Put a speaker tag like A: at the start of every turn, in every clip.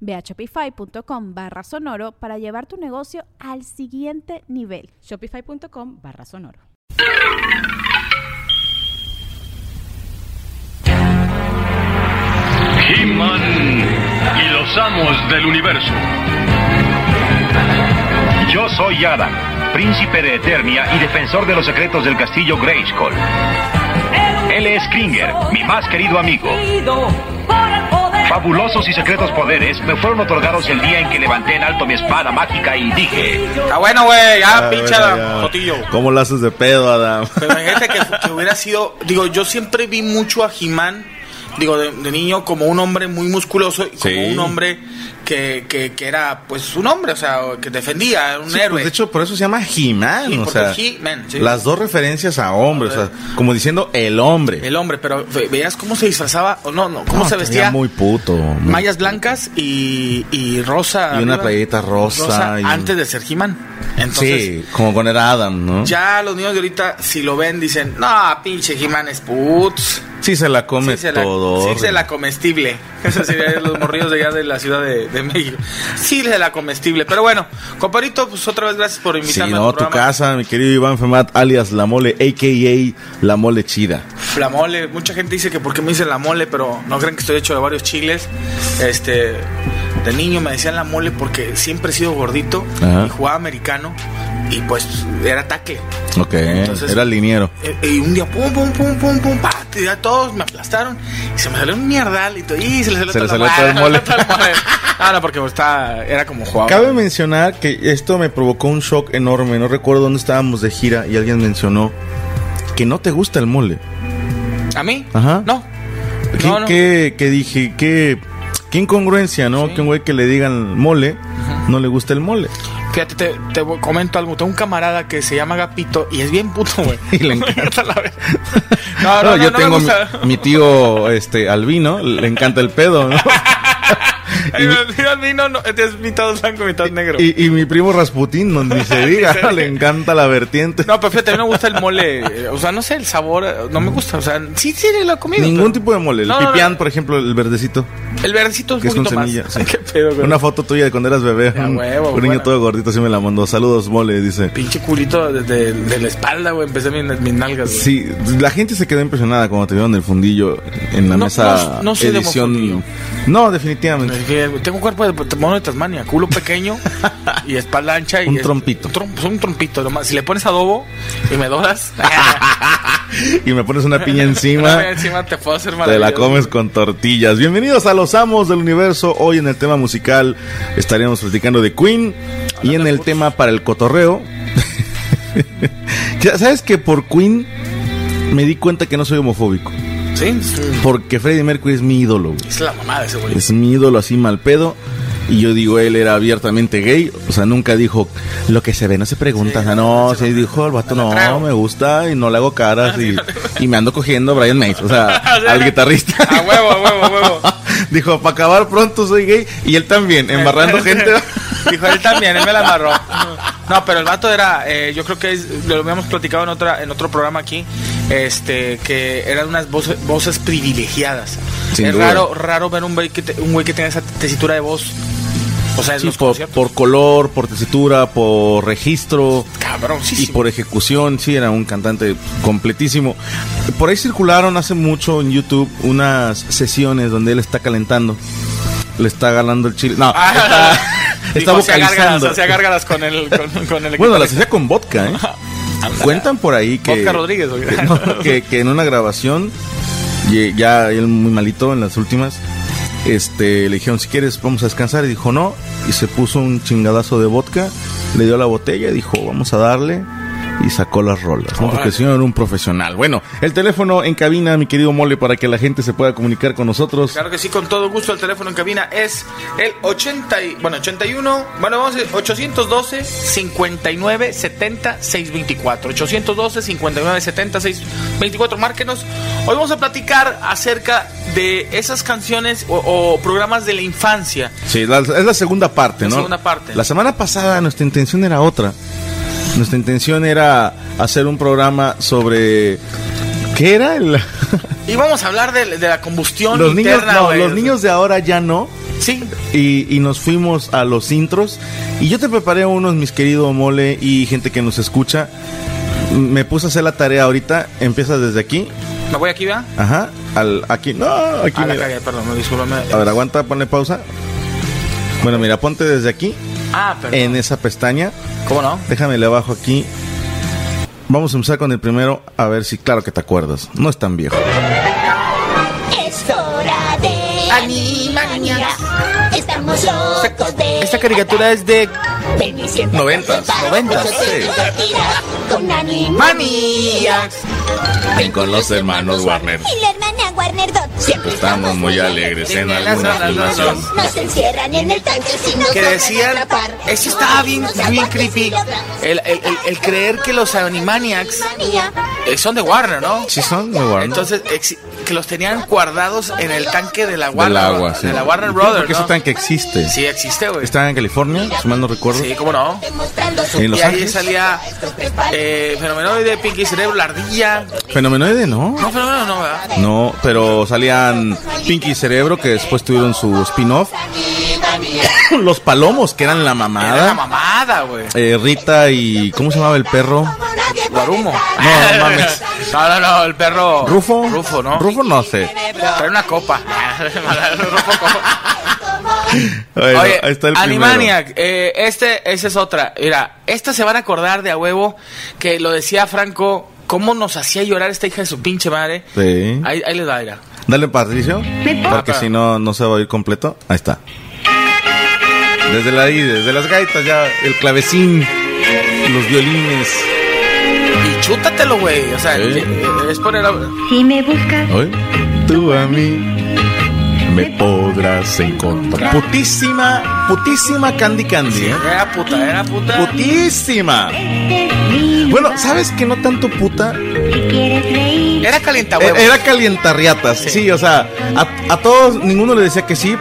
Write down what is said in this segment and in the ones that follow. A: Ve a shopify.com barra sonoro para llevar tu negocio al siguiente nivel.
B: Shopify.com barra sonoro.
C: He-Man y los amos del universo. Yo soy Adam, príncipe de Eternia y defensor de los secretos del castillo Grayskull. Él es Kringer, mi más querido amigo. Fabulosos y secretos poderes me fueron otorgados el día en que levanté en alto mi espada mágica y dije...
D: Está bueno, güey. Ya,
E: Ah,
D: pinche
E: bueno,
D: Adam,
E: ya.
D: Jotillo.
E: ¿Cómo lo haces de pedo, Adam?
D: Pero imagínate que, que hubiera sido. Digo, yo siempre vi mucho a Jimán, digo, de, de niño, como un hombre muy musculoso y como
E: Sí.
D: un hombre que, que, que era, pues, un hombre, o sea, que defendía, un
E: Sí,
D: héroe.
E: pues, de hecho, por eso se llama He-Man.
D: Sí,
E: o
D: porque
E: sea,
D: He-Man, sí.
E: las dos referencias a hombre, o sea, como diciendo el hombre.
D: El hombre, pero ve- veías cómo se disfrazaba, o no, no, cómo
E: No,
D: se
E: tenía
D: vestía.
E: Muy puto. muy-
D: Mallas blancas y, y rosa.
E: Y una
D: arriba.
E: playerita rosa y-
D: Antes de ser He-Man. Entonces,
E: sí, como con era Adam, ¿no?
D: ya los niños de ahorita, si lo ven, dicen: No, pinche He-Man es putz.
E: Sí, se la come
D: Sí se la-
E: todo.
D: sí se la comestible. Eso sería los morrillos de allá de la Ciudad de, de México. Sí se la comestible. Pero bueno, compadrito, pues otra vez gracias por
E: Sí,
D: invitarme
E: no,
D: a
E: tu casa, mi querido Iván Femat, alias La Mole, a.k.a. La Mole Chida.
D: La mole. Mucha gente dice que por qué me dicen la mole, pero no crean que estoy hecho de varios chiles. Este, de niño me decían la mole porque siempre he sido gordito
E: Ajá.
D: y jugaba americano y pues era tackle.
E: Ok,
D: Entonces-
E: era liniero.
D: Eh, Y un día, pum, pum, pum, pum, pum, pa, y ya todos me aplastaron. Y se me salió un mierdal y todo. Y se le salió,
E: Se le
D: toda
E: salió todo el mole.
D: todo el mole. Ah, no, porque estaba, era como jugador.
E: Cabe mencionar que esto me provocó un shock enorme. No recuerdo dónde estábamos de gira y alguien mencionó que no te gusta el mole.
D: ¿A mí?
E: Ajá.
D: No.
E: ¿Qué,
D: No, no.
E: qué- qué dije? ¿Qué, qué incongruencia, no?
D: Sí.
E: Que un güey que le digan mole, no le gusta el mole.
D: Fíjate, te, te voy- comento algo. Tengo un camarada que se llama Gapito y es bien puto, güey.
E: Y le encanta.
D: Neta, la verdad. no, no, no,
E: yo
D: no
E: tengo
D: me gusta.
E: mi, mi tío este albino, le encanta el pedo, ¿no?
D: Ay, Dios mío, a mí no, no, este es mitad blanco, mitad negro.
E: Y, y mi primo Rasputín, no, ni se diga,
D: Ni se
E: le
D: diga.
E: encanta la vertiente.
D: No, pero fíjate, a mí no me gusta el mole. eh, O sea, no sé, el sabor eh, no me gusta. O sea, sí, sí, lo he comido.
E: Ningún
D: pero-
E: tipo de mole. El
D: No, no, no.
E: pipián, por ejemplo, el verdecito,
D: El verdecito es
E: que
D: un
E: es con
D: poquito más.
E: semilla. sí.
D: Ay, qué pedo, güey.
E: Una foto tuya de cuando eras bebé.
D: Ya,
E: un,
D: huevo,
E: un niño
D: buena.
E: todo gordito, así me la mandó. Saludos, mole, dice.
D: Pinche culito de, de- de la espalda, güey. Empecé mis, mis nalgas, güey.
E: Sí, la gente se quedó impresionada cuando te vieron el fundillo en la
D: No,
E: mesa
D: no, no soy de
E: edición.
D: mofundillo.
E: No, definitivamente.
D: Es que Tengo cuerpo de de mono de Tasmania, culo pequeño y espalda ancha. Y
E: Un
D: es-
E: trompito.
D: Un, trom- pues un trompito. nomás. Si le pones adobo y me doras,
E: Y me pones una piña encima.
D: encima, encima te puedo hacer
E: Te la
D: maravillas.
E: comes con tortillas. Bienvenidos a los amos del universo. Hoy en el tema musical estaremos platicando de Queen y en el tema para el cotorreo. ya sabes que por Queen me di cuenta que no soy homofóbico,
D: Sí, sí.
E: porque Freddie Mercury es mi ídolo. güey.
D: es la mamada ese güey.
E: Es mi ídolo así mal pedo. Y yo digo, él era abiertamente gay, o sea, nunca dijo lo que se ve, no se
D: Sí,
E: pregunta, o sea, no,
D: no se
E: sí,
D: lo-
E: dijo el vato,
D: me la
E: no,
D: trago".
E: me gusta y no le hago caras y, y me ando cogiendo a Brian Mays, o sea,
D: O sea,
E: al guitarrista.
D: A huevo, a huevo, a huevo.
E: Dijo, para acabar pronto soy gay. Y él también, embarrando gente.
D: Dijo él también, él me la amarró. No, pero el vato era, eh, yo creo que es- lo habíamos platicado en otra, en otro programa aquí, este, que eran unas voces, voces privilegiadas.
E: Sin
D: es
E: duda.
D: raro, raro ver un güey que te- un güey que tenga esa tesitura de voz. O sea, en
E: Sí,
D: los
E: por,
D: conciertos.
E: por color, por tesitura, por registro
D: cabrón, sí,
E: y por ejecución. Sí, era un cantante completísimo. Por ahí circularon hace mucho en YouTube unas sesiones donde él está calentando. Le está ganando el chile. No,
D: Ah,
E: está, está vocalizando.
D: Hacía gárgaras con el, con, con el
E: bueno,
D: equipo
E: las
D: de-
E: hacía con vodka, ¿eh? Cuentan por ahí que.
D: Oscar Rodríguez, oye.
E: que, no, que- que en una grabación, ye- ya él muy malito en las últimas, este, le dijeron, si quieres, vamos a descansar. Y dijo, no. Y se puso un chingadazo de vodka, le dio la botella y dijo, vamos a darle. Y sacó las rolas, ¿no? porque
D: Órale.
E: si no era un profesional. Bueno, el teléfono en cabina, mi querido Mole, para que la gente se pueda comunicar con nosotros.
D: Claro que sí, con todo gusto. El teléfono en cabina es el 80, y- bueno, 81, bueno, vamos a decir 812 59 70 624. 812 59 70 624. Márquenos. Hoy vamos a platicar acerca de esas canciones o, o programas de la infancia.
E: Sí, la- es la segunda parte,
D: La
E: ¿no?
D: segunda parte.
E: La semana pasada nuestra intención era otra. Nuestra intención era hacer un programa sobre. ¿Qué era? El-
D: Y vamos a hablar de, de la combustión
E: los, niños,
D: interna,
E: no,
D: güey.
E: los niños de ahora ya no.
D: Sí.
E: Y, y nos fuimos a los intros. Y yo te preparé unos, mis querido Mole y gente que nos escucha. Me puse a hacer la tarea ahorita. Empiezas desde aquí.
D: Me voy aquí, ¿verdad?
E: Ajá. Al, aquí. No, aquí.
D: A la
E: mira.
D: calle, perdón, discúlpame.
E: A ver, aguanta, ponle pausa. Bueno, mira, ponte desde aquí.
D: Ah, perdón.
E: En esa pestaña.
D: ¿Cómo no?
E: Déjame le abajo aquí. Vamos a empezar con el primero, a ver si claro que te acuerdas. No es tan viejo.
F: Es hora de Animania. Estamos locos de
D: Esta caricatura es de
F: Ven y siéntate
E: Noventas,
F: para
D: noventas,
F: mucho
E: sí.
F: tiempo de tirar Con Animania.
D: Maniacs.
E: Ven con los hermanos Warner.
F: Y la hermana Warner Dot. Siempre
E: en
D: alguna filmación.
F: Nos encierran en el tanque si nos
D: que
F: logran
D: decían,
F: atrapar.
D: eso estaba bien,
F: Nos aguantan
D: bien
F: si
D: creepy.
F: logramos
D: El, el- el- el creer que los Animaniacs
F: Animania.
D: eh, son de Warner, ¿no?
E: Sí son de Warner.
D: Entonces, exi- que los tenían guardados en el tanque de la
E: Del
D: Warner,
E: agua, sí.
D: de la Warner
E: Porque
D: Brothers,
E: ese
D: ¿no?
E: tanque existe.
D: Sí, existe, güey.
E: Está en California, si mal no recuerdo.
D: Sí, cómo no.
F: Demostrando su
E: En Los
D: y ahí
E: Ángeles.
D: salía eh, Fenomenoide, Pinky Cerebro, la ardilla.
E: Fenomenoide, ¿no?
D: No, Fenomenoide no, ¿verdad?
E: No, pero salían Pinky y Cerebro, que después tuvieron su spin-off. Los Palomos, que eran la
D: Era la
E: mamada.
D: mamada, güey.
E: Eh, Rita y... ¿Cómo se llamaba el perro?
F: como nadie puede
D: Guarumo.
E: No, no mames.
D: No, no, no, el perro.
E: ¿Rufo?
D: Rufo, Pues ¿no?
E: Rufo no sé.
D: Trae una copa. Rufo, copa.
E: Bueno,
D: Oye,
E: ahí está el primero.
D: Animaniac, eh, este, esa es otra. Mira, esta se van a acordar de a huevo que lo decía Franco, cómo nos hacía llorar esta hija de su pinche madre.
E: Sí.
D: Ahí, ahí les da, mira.
E: Dale, Patricio. Porque si no, no se va a oír completo. Ahí está. Desde la ahí, desde las gaitas ya, el clavecín, los violines.
D: Y chútatelo, güey. O sea,
E: Sí.
D: que- eh, es poner. a-
G: Si me buscas,
E: Oye, Tú a mí me podrás encontrar. Putísima, putísima Candy Candy. ¿eh?
D: Era puta, era puta.
E: Putísima.
G: este es mi
E: Bueno,
G: lugar.
E: ¿sabes que no tanto puta?
G: Si quieres reír,
D: Era calienta,
E: Eh, Era calientarriatas, sí, o sea, a, a todos, ninguno le decía que sí,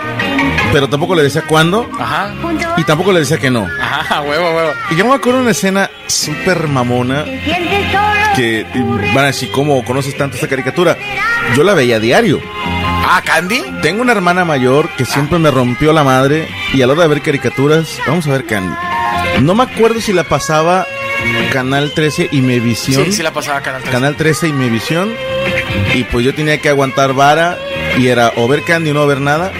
E: pero tampoco le decía cuándo
D: Ajá.
G: junto
E: y tampoco le decía que no.
D: Ajá, huevo, huevo.
E: Y yo me acuerdo de una escena súper mamona
G: te sientes solo.
E: que mm, van a decir, ¿cómo conoces tanto esta caricatura? Yo la veía a diario.
D: Ah, Candy.
E: Tengo una hermana mayor que siempre me rompió la madre y a la hora de ver caricaturas, vamos a ver Candy. No me acuerdo si la pasaba Canal 13 y Mevisión.
D: Sí, sí la pasaba Canal 13.
E: Canal 13 y Mevisión. Y pues yo tenía que aguantar vara y era o ver Candy o no ver nada.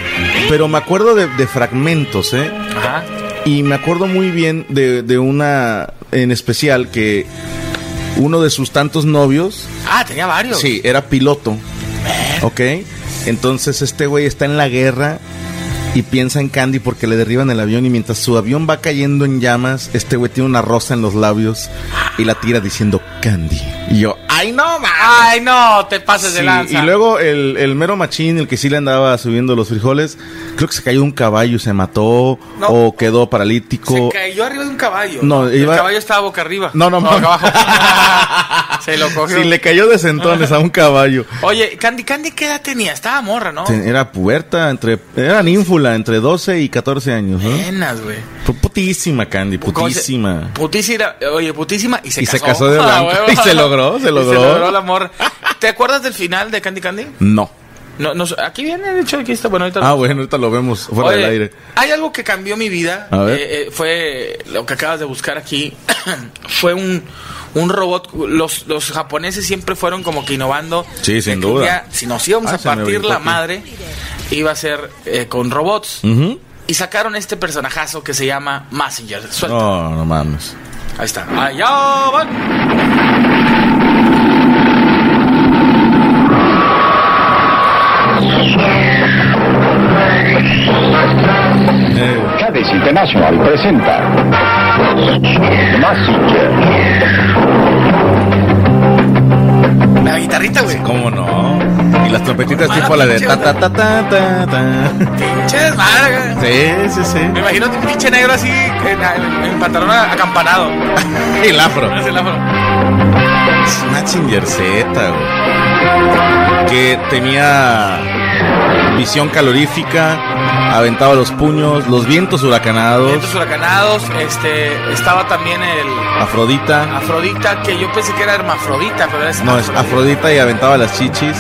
E: Pero me acuerdo de- de fragmentos, ¿eh?
D: Ajá.
E: Y me acuerdo muy bien de, de una en especial que uno de sus tantos novios,
D: Ah, tenía varios.
E: sí, era piloto. ¿Ok? Entonces este güey está en la guerra y piensa en Candy porque le derriban el avión y mientras su avión va cayendo en llamas, este güey tiene una rosa en los labios y la tira diciendo Candy. Y yo, ¡ay no, ma!
D: Ay, no, te pases de
E: Sí,
D: lanza.
E: y luego el, el mero machín, el que sí le andaba subiendo los frijoles, creo que se cayó un caballo, y se mató
D: No.
E: o quedó paralítico.
D: Se cayó arriba de un caballo.
E: No,
D: el
E: iba-
D: caballo estaba boca arriba.
E: No, no,
D: boca
E: no.
D: abajo. Se lo cogió.
E: Sí, le cayó de centones a un caballo.
D: Oye, Candy, Candy, ¿qué edad tenía? Estaba morra, ¿no?
E: Te- Era puerta, entre, era ninfula, entre 12 y 14 años, ¿no?
D: Nenas, güey.
E: Fue Putísima, Candy, ¿Eh? putísima.
D: Putísima. Oye, putísima y se
E: Y
D: casó.
E: se casó de blanco.
D: Ah, huevo.
E: Y se logró, se
D: Y
E: logró.
D: se logró el amor. ¿Te acuerdas del final de Candy Candy?
E: No.
D: No, no, sé, aquí viene, de hecho, aquí está. Bueno, ahorita.
E: Ah, bueno, ahorita lo vemos fuera
D: Oye,
E: del aire.
D: Hay algo que cambió mi vida.
E: A ver.
D: Eh, eh, fue lo que acabas de buscar aquí. fue un, un robot. Los, los japoneses siempre fueron como que innovando.
E: Sí, sin
D: De que un
E: duda.
D: día, si nos íbamos
E: Ah,
D: a
E: se me
D: partir
E: brincó
D: la
E: aquí.
D: madre, iba a ser eh, con robots.
E: Ujú.
D: Y sacaron este personajazo que se llama Messenger. Suelta.
E: No, no mames.
D: Ahí está. Allá van.
E: Eh,
H: Cádiz International presenta Massinger.
D: La guitarrita, güey.
E: ¿Cómo no? Y las trompetitas tipo la de ta ta ta ta ta ta.
D: Pinche desmadre, güey.
E: Sí, sí,
D: Me
E: sí.
D: imagino un pinche negro así en, en- en pantalón acampanado.
E: Y el afro.
D: Ahora sí, la-
E: Es una chingerseta, güey. Que tenía visión calorífica, aventaba los puños, los vientos huracanados,
D: Vientos huracanados, este, estaba también el
E: Afrodita.
D: Afrodita, que yo pensé que era hermafrodita, pero es
E: No, es Afrodita y aventaba las chichis.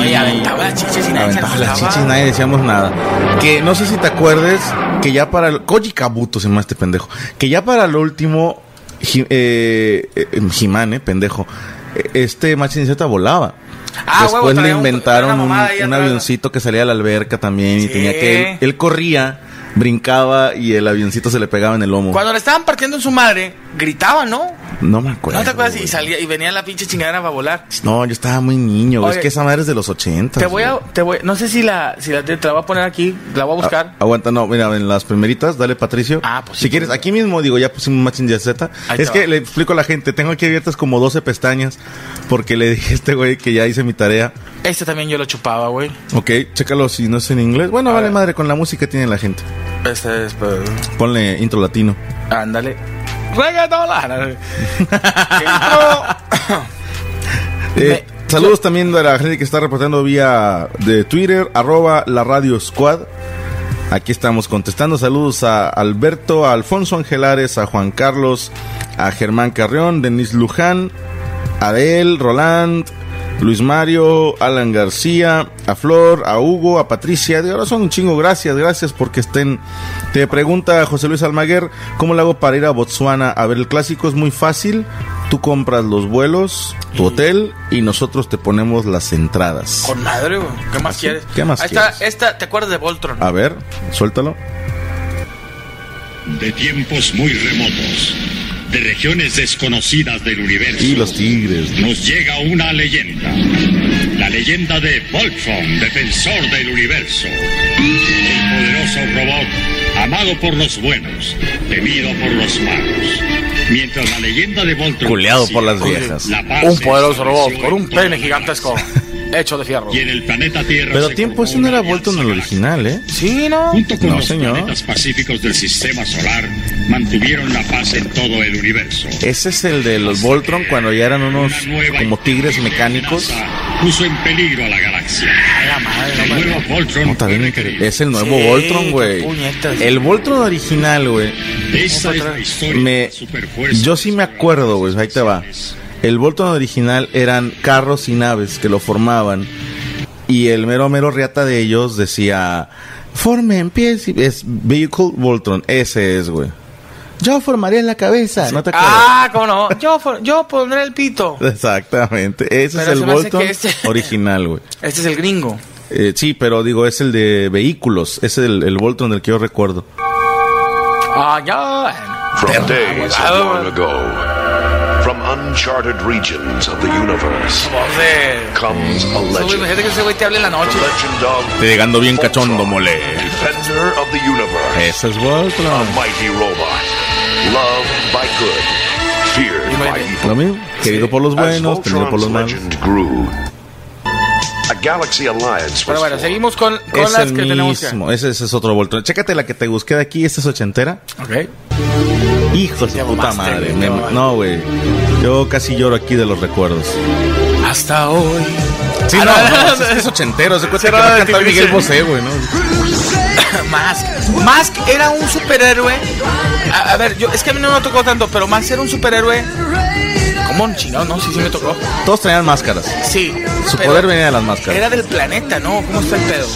D: Oye, aventaba las chichis y nadie se
E: Aventaba las
D: asustaba.
E: chichis, nadie decíamos nada. Que no sé si te acuerdes que ya para el. Koji Kabuto se llama este pendejo. Que ya para lo último. Ji- eh, eh, He-Man, eh, pendejo. eh, Este Machine Z volaba.
D: Ah,
E: Después
D: huevo,
E: le
D: traía un-
E: inventaron
D: una
E: un,
D: mamada ahí
E: un
D: atrás.
E: avioncito que salía a la alberca también. Y
D: Sí.
E: tenía que. Él, él corría, brincaba y el avioncito se le pegaba en el lomo.
D: Cuando le estaban partiendo en su madre, gritaba, ¿no?
E: No me acuerdo.
D: ¿No te acuerdas?
E: güey.
D: Y salía y venía la pinche chingadera para volar.
E: No, yo estaba muy niño. güey.
D: Oye,
E: es que esa madre es de los 80.
D: Te voy a, te voy, no sé si la, si la, te, te la voy a poner aquí, la
E: Ah.
D: voy a buscar.
E: A- aguanta, no, mira, en las primeritas, dale Patricio.
D: Ah, pues
E: Si
D: sí,
E: quieres,
D: sí.
E: aquí mismo digo, ya pusimos Machine Jet Z.
D: Ahí
E: Es
D: te
E: que
D: va.
E: le explico a la gente, tengo aquí abiertas como 12 pestañas porque le dije a este güey que ya hice mi tarea.
D: Este también yo lo chupaba, güey.
E: Ok, chécalo si no es en inglés. Bueno,
D: A
E: vale
D: ver.
E: madre, con la música tiene la gente.
D: Este es, pues,
E: Ponle intro latino.
D: ándale. Reggaetón. Ah, no, no. Entró-
E: Eh, saludos también a la gente que está reportando vía de Twitter, arroba la radio squad. Aquí estamos contestando. Saludos a Alberto, a Alfonso Angelares, a Juan Carlos, a Germán Carrión, Denis Luján, Adel, Roland, Luis Mario, Alan García, a Flor, a Hugo, a Patricia. De ahora son un chingo. Gracias, gracias porque estén. Te pregunta José Luis Almaguer, ¿cómo lo hago para ir a Botswana a ver el clásico? Es muy fácil. Tú compras los vuelos, tu hotel y nosotros te ponemos las entradas.
D: Con madre, güey. ¿Qué más
E: Así,
D: quieres?
E: ¿qué más
D: Ahí está,
E: quieres?
D: esta, ¿te acuerdas de Voltron?
E: A ver, suéltalo.
H: De tiempos muy remotos, de regiones desconocidas del universo,
E: Y los tigres.
H: nos llega una leyenda. La leyenda de Voltron, defensor del universo. El poderoso robot, amado por los buenos, temido por los malos. Mientras la leyenda de Voltron...
E: Culeado por las
H: persiste,
E: viejas.
H: la paz
D: Un
H: se
D: poderoso
H: estableció
D: robot con
H: en
D: un
H: toda
D: pene
H: la
D: gigantesco
H: galaxia.
D: hecho de fierro.
H: Y en el planeta Tierra...
E: Pero
H: se
E: tiempo
H: formó
E: ese no
H: una
E: era vuelto en el
H: alianza
E: original, ¿eh?
D: Sí, ¿no?
H: Junto con
E: No,
H: los
E: señor.
H: planetas pacíficos del sistema solar, mantuvieron la paz en todo el universo.
E: Ese es el de los Voltron cuando ya eran unos
H: Una nueva
E: como
H: y
E: tigres
H: terrible
E: mecánicos.
H: amenaza Puso en peligro a la galaxia.
D: A la madre, no
H: El
D: mames.
H: nuevo Voltron
E: No, está bien
H: fue
E: increíble.
H: requerido.
E: Es el nuevo
D: Sí,
E: Voltron,
D: qué
E: güey.
D: puñetas.
E: El Voltron original, güey.
H: Esta es la historia de
E: Me,
H: la superfuerza
E: yo sí me acuerdo, güey. Ahí te va. El Voltron original eran carros y naves que lo formaban. Y el mero mero riata de ellos decía: Formen pies y es Vehicle Voltron. Ese es, güey. Yo formaría en la cabeza. ¿No te acuerdas?
D: Ah, ¿cómo no? Yo, for- yo pondré el pito.
E: Exactamente. Ese
D: Pero
E: es
D: se
E: el
D: me hace
E: Voltron
D: que este ese-
E: original, güey.
D: Este es el gringo.
E: Eh, sí, pero digo, es el de vehículos. Es el, el Voltron del que yo recuerdo.
D: Ah, ya.
I: From days
D: Ah,
I: of
D: bueno.
I: long ago, from uncharted regions of the universe,
D: Voz de...
I: comes a
D: Ese güey,
I: legend.
D: Imagínate que ese güey te hable en la
I: The
D: noche.
I: legend of
E: Te llegando bien cachondo,
I: Voltron,
E: mole. Eh.
I: Defender of the universe.
E: Ese es
I: A
E: Voltron.
I: mighty robot. Loved by good. Feared by
D: Imagínate.
E: Lo
I: evil.
E: mismo. Querido por los
I: As
E: buenos, temido por
I: Voltron's
E: los malos.
I: legend grew, a galaxy alliance
D: Pero
I: was
D: bueno,
I: formed.
D: seguimos con, con
E: Es
D: las
E: el
D: que tenemos que...
E: mismo. Ese, ese es otro Voltron. Chécate la que te busqué de aquí. Esta es ochentera.
D: Ok.
E: Hijo de
D: Te
E: su puta
D: mamaste,
E: madre.
D: güey,
E: me-
D: te mamaste.
E: no, güey. Yo casi lloro aquí de los recuerdos.
D: Hasta hoy.
E: Sí,
D: Ah,
E: no,
D: no,
E: no,
D: no,
E: es, es ochentero. Se cuenta
D: Sí,
E: que
D: no,
E: va a
D: de
E: cantar
D: Timbiriche.
E: Miguel Bosé, güey, ¿no?
D: Mask. Mask era un superhéroe. A, a ver, yo, es que a mí no me tocó tanto, pero Mask era un superhéroe. ¿Cómo un chino? No, sí, sí me tocó.
E: Todos traían máscaras.
D: Sí.
E: Su
D: pero
E: poder venía de las máscaras.
D: Era del planeta, ¿no? ¿Cómo está el pedo?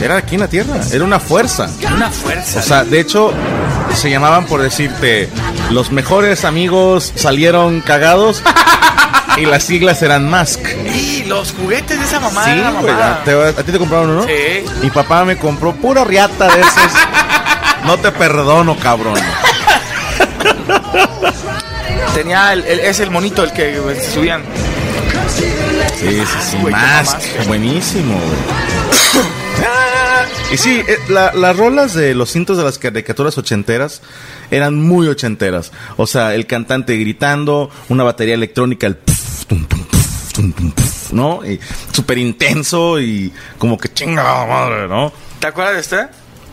E: Era aquí en la Tierra. Era una fuerza.
D: Una fuerza.
E: O sea, de hecho, se llamaban por decirte, los mejores amigos salieron cagados y las siglas eran MASK.
D: y los juguetes de esa mamá.
E: Sí, güey. ¿A, te- a ti te compraron uno?
D: Sí.
E: Mi papá me compró pura riata de esos. No te perdono, cabrón.
D: Tenía el, el- es el monito el que güey, se subían.
E: Sí, sí, sí.
D: Güey, qué
E: Mask.
D: mamazo.
E: Buenísimo, güey. Ah, Y sí, eh, la- las rolas de los cintos de las caricaturas ochenteras eran muy ochenteras. O sea, el cantante gritando, una batería electrónica, el pf, tum, tum, pf, tum, tum, pf, ¿no? Y Súper intenso y como que chingada madre, ¿no?
D: ¿Te acuerdas de este?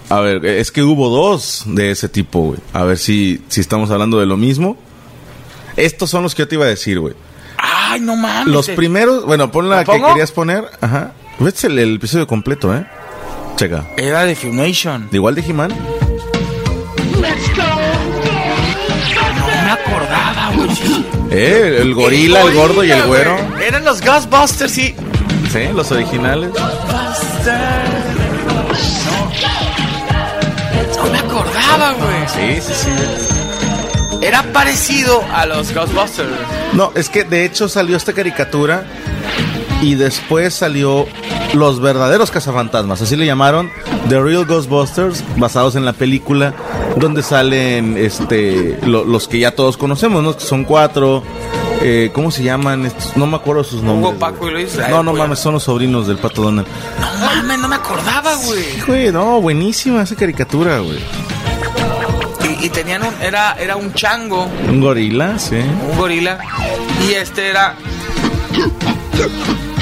E: A ver, es que hubo dos de ese tipo, güey. A ver si, si estamos hablando de lo mismo. Estos son los que yo te iba a decir, güey.
D: Ay, no mames.
E: Los
D: Eh,
E: primeros, bueno, pon la
D: ¿La
E: que
D: pongo?
E: querías poner. Ajá. Ves el, el episodio completo, ¿eh? Checa.
D: Era de Filmation.
E: De igual de He-Man.
D: No me acordaba, güey. sí.
E: Eh, el gorila, el gordo y el
D: Gorila,
E: güero.
D: güey. Eran los Ghostbusters y.
E: Sí, los originales.
D: No me acordaba, güey.
E: Sí, sí, sí.
D: Era parecido a los Ghostbusters.
E: No, es que de hecho salió esta caricatura y después salió Los verdaderos cazafantasmas, así le llamaron, The Real Ghostbusters, basados en la película donde salen este lo- los que ya todos conocemos, ¿no? Que Son cuatro. eh, ¿Cómo se llaman estos? No me acuerdo sus nombres.
D: Paco
E: güey.
D: y Luis. Ay,
E: No, no
D: güey.
E: mames, son los sobrinos del Pato Donald.
D: No mames, no me acordaba, güey.
E: Güey, no, buenísima esa caricatura, güey.
D: Y, y tenían un. Era, era un chango,
E: Un gorila, sí.
D: un gorila. Y este era.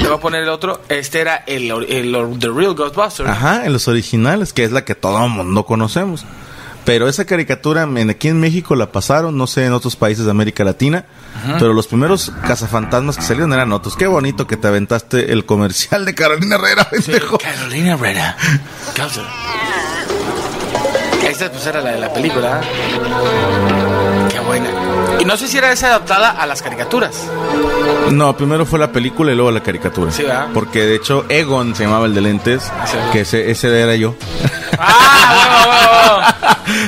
D: Te voy a poner el otro. Este era el, or- el or- The Real Ghostbusters.
E: Ajá, en los originales, que es la que todo mundo conocemos. Pero esa caricatura en- aquí en México la pasaron, no sé, en otros países de América Latina. Pero los primeros cazafantasmas que salieron eran otros. Qué bonito que te aventaste el comercial de Carolina Herrera, pendejo.
D: Carolina Herrera. Ghostbusters. Esta pues era la de la película. ¿eh? Qué buena. Y no sé si era esa adaptada a las caricaturas.
E: No, primero fue la película y luego la caricatura.
D: Sí, ¿verdad?
E: Porque de hecho Egon se llamaba el de lentes,
D: Sí.
E: que ese, ese era yo.
D: ¡Ah,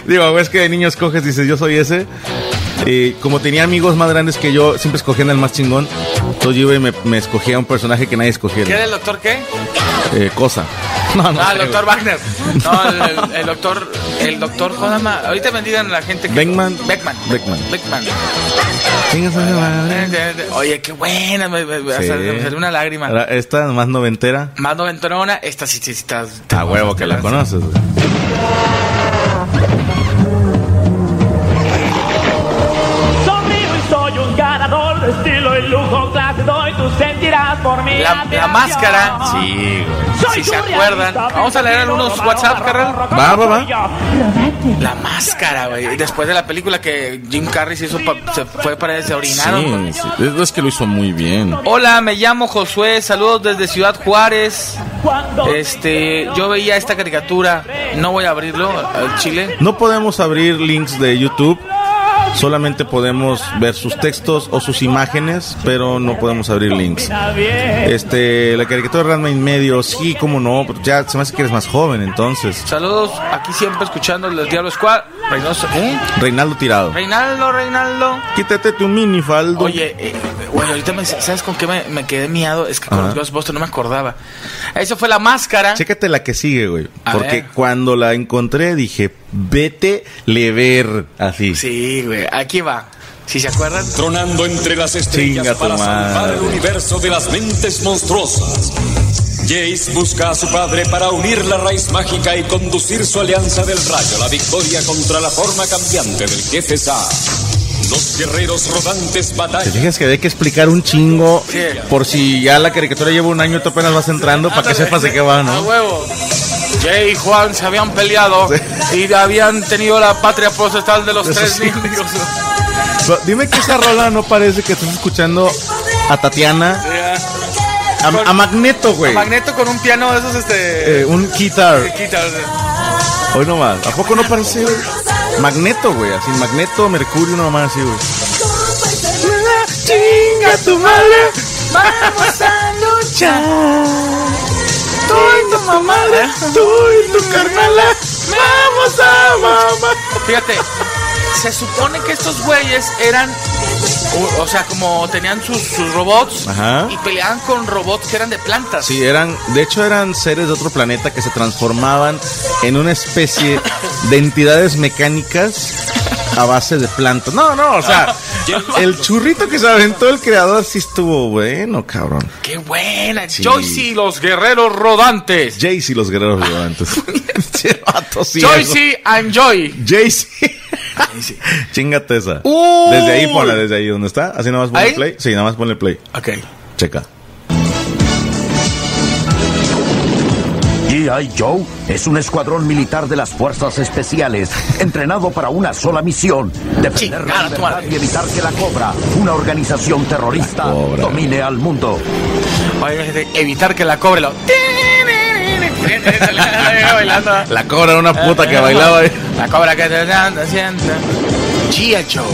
E: Digo, güey, es que de niños coges y dices, yo soy ese. Y como tenía amigos más grandes que yo, siempre escogían al más chingón. Entonces yo iba y me, me escogía un personaje que nadie escogía.
D: ¿Qué era el doctor qué?
E: Eh, cosa. No, no.
D: Ah,
E: sé,
D: el doctor Wagner. No, el, el- el doctor. El doctor, ¿cómo se llama? Ahorita me digan la gente que.
E: Beckman.
D: Beckman.
E: Beckman.
D: Beckman.
E: güey. Chingas, madre, madre.
D: Oye, qué buena. Me, me- me-
E: Sí.
D: hasta me salió una lágrima.
E: Ahora, Esta más noventera.
D: Más noventonona, esta sí, sí, sí, está.
E: A huevo que la conoces. güey.
J: Sonrío y soy un ganador de estilo y lujo clase doy, tú sentirás por mí
D: La, la
J: admiración.
D: máscara.
E: Sí, güey.
J: Soy
D: si se
J: tu
D: acuerdan.
J: realista,
D: Vamos a leer algunos
J: roba, roba,
D: WhatsApp,
J: roba,
D: carnal.
J: roba,
E: Va, va,
J: roba,
E: va.
J: soy yo.
D: La máscara, güey. Después de la película que Jim Carrey se, hizo pa- se fue para se orinaron.
E: Sí, sí. Es- Es que lo hizo muy bien.
D: Hola, me llamo Josué. Saludos desde Ciudad Juárez.
J: Cuando
D: Este, yo veía esta caricatura. No voy a abrirlo al chile.
E: No podemos abrir links de YouTube. Solamente podemos ver sus textos o sus imágenes, pero no podemos abrir links.
J: está bien.
E: Este, la caricatura de Ranma y medio, sí, cómo no, pero ya se me hace que eres más joven, entonces.
D: Saludos, aquí siempre escuchando los Diablo Squad. Reynoso, ¿eh?
E: Reinaldo Tirado.
D: Reinaldo, Reinaldo.
E: Quítate tu minifaldo.
D: Oye, eh, güey, ahorita me, ¿sabes con qué me, me quedé miado? Es que con
E: Ajá.
D: los Ghostbusters no me acordaba. Eso fue la máscara.
E: Chécate la que sigue, güey.
D: A
E: Porque
D: ver.
E: cuando la encontré dije, vete lever. Así.
D: Sí, güey, aquí va. Si se acuerdan.
H: Tronando entre las estrellas
E: Chinga tu
H: para salvar
E: madre.
H: el universo de las mentes monstruosas. Jace busca a su padre para unir la raíz mágica y conducir su alianza del rayo a la victoria contra la forma cambiante del jefe Sa. Los guerreros rodantes
E: Te
H: batallan.
E: fijas que hay que explicar un chingo
D: Sí.
E: por si ya la caricatura lleva un año y tú apenas vas entrando para que sepas de qué va,
D: A
E: ¿no?
D: huevo. Jay y Juan se habían peleado y habían tenido la patria procesal de los
E: De
D: tres
E: sus hijos.
D: niños.
E: Pero Dime que esa rola no parece que estás escuchando a Tatiana, a, a Magneto, güey.
D: ah. Magneto con un piano de esos, este.
E: Eh, un guitar.
D: que quita, o sea.
E: Hoy nomás. ¿A poco no parece güey? Magneto, güey? Así, Magneto, Mercurio, nomás así, güey. Chinga tu madre, vamos a luchar. Tú y tu mamá, tú y tu carnala, vamos a mamá.
D: Fíjate, se supone que estos güeyes eran, o, o sea, como tenían sus, sus robots
E: Ajá.
D: y peleaban con robots que eran de plantas.
E: Sí, eran, de hecho eran seres de otro planeta que se transformaban en una especie de entidades mecánicas a base de plantas. No, no, o sea, el churrito que se aventó el creador sí estuvo bueno, cabrón.
D: Qué buena.
E: Sí.
D: Joyce y los guerreros rodantes.
E: Jayce y los guerreros vivantes. Che, vato ciego.
D: Joyce and Joy.
E: Jayce. Chingate esa.
D: Uy.
E: Desde ahí, ponla, desde Uh. ahí donde está. Así nada más ponle
D: ¿Ahí?
E: play. Sí, nada más ponle play.
D: Ok.
E: Checa.
K: G.I. Joe es un escuadrón militar de las fuerzas especiales, entrenado para una sola misión: defender
D: Chingada
K: la
D: tu
K: libertad
D: madre.
K: y evitar que la Cobra, una organización terrorista,
E: Cobra.
K: domine al mundo.
D: Oye, gente, evitar que la cobre lo. Bailando.
E: La cobra era una puta que bailaba. ahí.
D: La cobra que te anda haciendo. Gia Joe.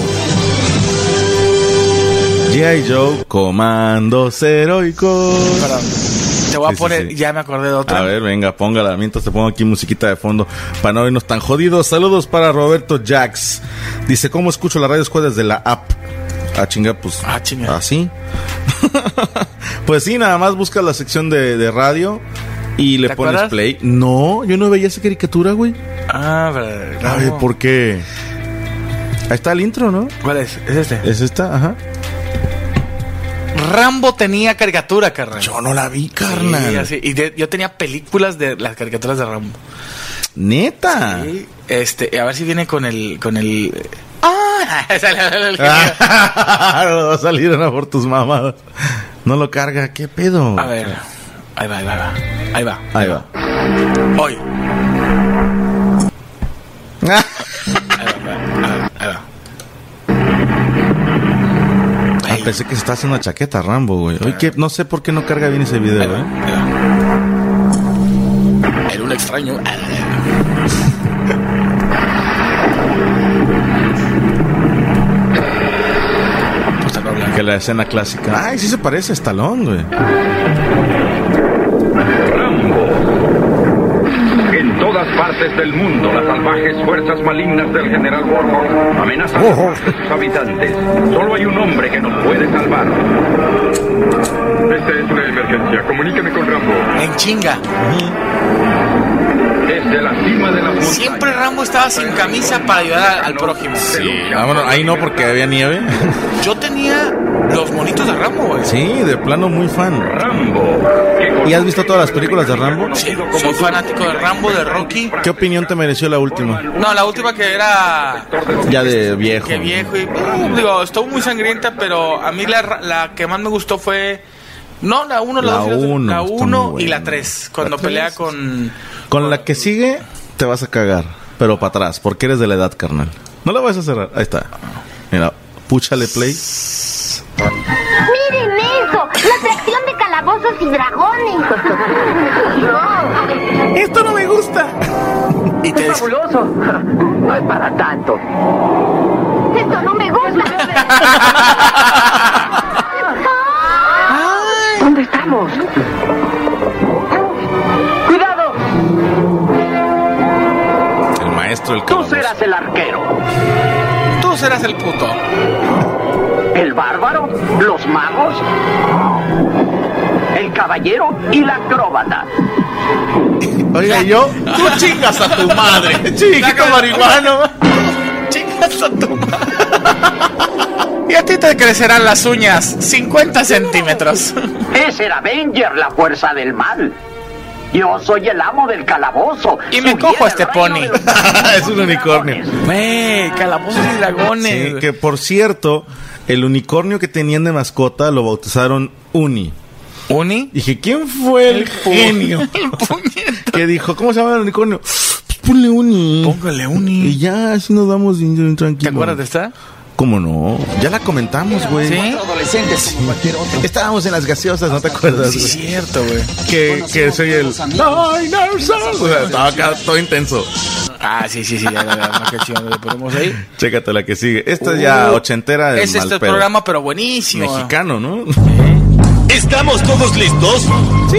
E: G.I. Joe, comandos heroicos.
D: Perdón. Te voy a
E: Sí, sí,
D: poner.
E: sí.
D: Ya me acordé de otra.
E: A ver, venga, póngala. Mientras te pongo aquí musiquita de fondo para no irnos tan jodidos. Saludos para Roberto Jax. Dice, ¿cómo escucho la radio escuela desde la app? Ah, chinga, pues.
D: Ah, chinga.
E: ¿Así? pues sí, nada más busca la sección de, de radio y le
D: ¿Te
E: pones
D: acuerdas?
E: play. No, yo no veía esa caricatura, güey.
D: Ah, pero.
E: A ver, ¿por qué? Ahí está el intro, ¿no?
D: ¿Cuál es? ¿Es este?
E: ¿Es esta? Ajá.
D: Rambo tenía caricatura, carnal.
E: Yo no la vi,
D: Sí,
E: carnal.
D: así. Y de- yo tenía películas de las caricaturas de Rambo.
E: Neta.
D: Y, este, a ver si viene con el. con el. ¡Ah!
E: Ah, no va a salir a por tus mamadas. No lo carga, ¿qué pedo?
D: a ver. Ahí va, ahí va, ahí va. Ahí
E: Ahí va.
D: va. Hoy.
E: Ah,
D: Ahí va. Ahí
E: pensé que se está haciendo una chaqueta, Rambo, güey. Oye, que no sé por qué no carga bien ese
D: va, ahí
E: video,
D: va,
E: ¿eh?
D: ahí va. Era un extraño. Puta, no habla.
E: Que la escena clásica. Ay, sí se parece a Stallone, güey.
L: Rambo. En todas partes del mundo, las salvajes fuerzas malignas del general Warhol amenazan
E: Warhol.
L: a sus habitantes. Solo hay un hombre que nos puede salvar. Esta es una emergencia. Comuníqueme con Rambo.
D: En chinga.
L: Desde la cima de las montañas.
D: Siempre Rambo estaba sin camisa para ayudar al, al prójimo.
E: Vámonos, ah, ahí no porque había nieve.
D: Yo tenía los monitos de Rambo, güey.
E: Sí, de plano muy fan.
L: Rambo. que
E: ¿Y has visto todas las películas de Rambo?
D: Sí, soy fanático de Rambo, de Rocky.
E: ¿Qué opinión te mereció la última?
D: No, la última que era.
E: Ya de viejo.
D: Que viejo y. uh, digo, estuvo muy sangrienta, pero a mí la, ra- la que más me gustó fue. No, la 1, la
E: La
D: 2, la
E: uno,
D: 1 la
E: está
D: uno
E: muy
D: y la
E: buena.
D: 3. Cuando
E: La
D: pelea
E: tres.
D: con.
E: Con la que sigue, te vas a cagar. Pero para atrás, porque eres de la edad, carnal. No la vas a cerrar. Ahí está. Mira, púchale play.
G: ¡Miren eso! ¡La atracción de calabozos y dragones!
E: Esto no me gusta.
D: Y te dice,
F: fabuloso. No es para tanto.
G: ¡Esto no me gusta!
F: ¿Dónde estamos? ¡Cuidado!
E: El maestro, el
F: Tú
E: cabrón.
F: serás el arquero.
D: Tú serás el puto.
F: El bárbaro, los magos, el caballero y la acróbata.
E: Oiga, ¿y yo, tú chingas a tu madre. Chiquito marihuano.
D: Chingas a tu madre. Y a ti te crecerán las uñas 50 centímetros.
F: Ese era Avenger, la fuerza del mal. Yo soy el amo del calabozo.
D: Y me
F: Subí
D: cojo a
F: en el
D: este
F: reino
D: pony.
F: de los-
E: Es un unicornio.
D: Wey, calabozos y dragones.
E: Sí, que por cierto, el unicornio que tenían de mascota lo bautizaron Uni.
D: ¿Uni?
E: Dije, ¿quién fue el, genio
D: El puñet.
E: que dijo, ¿cómo se llama el unicornio? Pues ponle Uni.
D: Póngale
E: Y
D: uni.
E: ya, así nos damos tranquilos.
D: ¿Te acuerdas de esta?
E: ¿Cómo no? Ya la comentamos, güey.
D: Sí.
E: Estábamos en las gaseosas, ¿no te acuerdas?
D: Sí, es
E: güey?
D: cierto, güey.
E: Que, que soy el... Dinosaurs. O sea, estaba acá todo intenso.
D: Ah, sí, sí, sí, ya, ya, ya, no, qué chido, le ponemos ahí.
E: Chécate la que sigue. Esta es ya
D: Uh,
E: ochentera del
D: Es
E: mal
D: este el
E: pedo.
D: programa, pero buenísimo.
E: Mexicano, ¿no?
K: ¿Estamos todos listos? ¡Sí!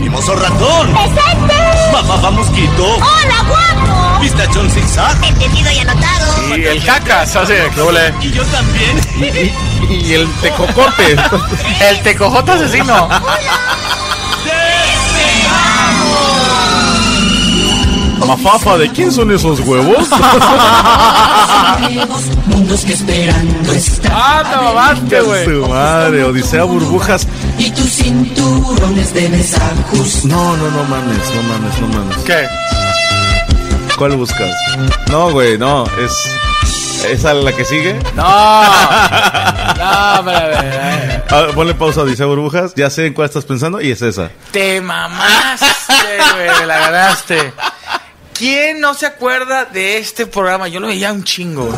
K: ¡Mimoso ratón!
G: ¡Presente!
K: ¡Mamá, vamos, quito!
G: ¡Hola, guapo!
K: ¡Pistachón zigzag!
F: Entendido y anotado.
D: Y el cacas, así, ¿qué huele?
K: ¡Y yo también!
E: Y el tecocote.
D: El tecojota asesino.
M: Mafafa, ¿de quién son esos huevos?
D: Mundos que esperando están. ¡Ah, te mamaste, güey!
E: Su madre, Odisea Burbujas.
N: Y tus cinturones debes ajustar.
E: No, no, no mames, no mames, no mames.
D: ¿Qué?
E: ¿Cuál buscas? No, güey, no, es. ¿Es a la que sigue?
D: No. No, pero,
E: A ver, ponle pausa a Odisea Burbujas, ya sé en cuál estás pensando y es esa.
D: Te mamaste, güey, la ganaste. ¿Quién no se acuerda de este programa? Yo lo veía un chingo.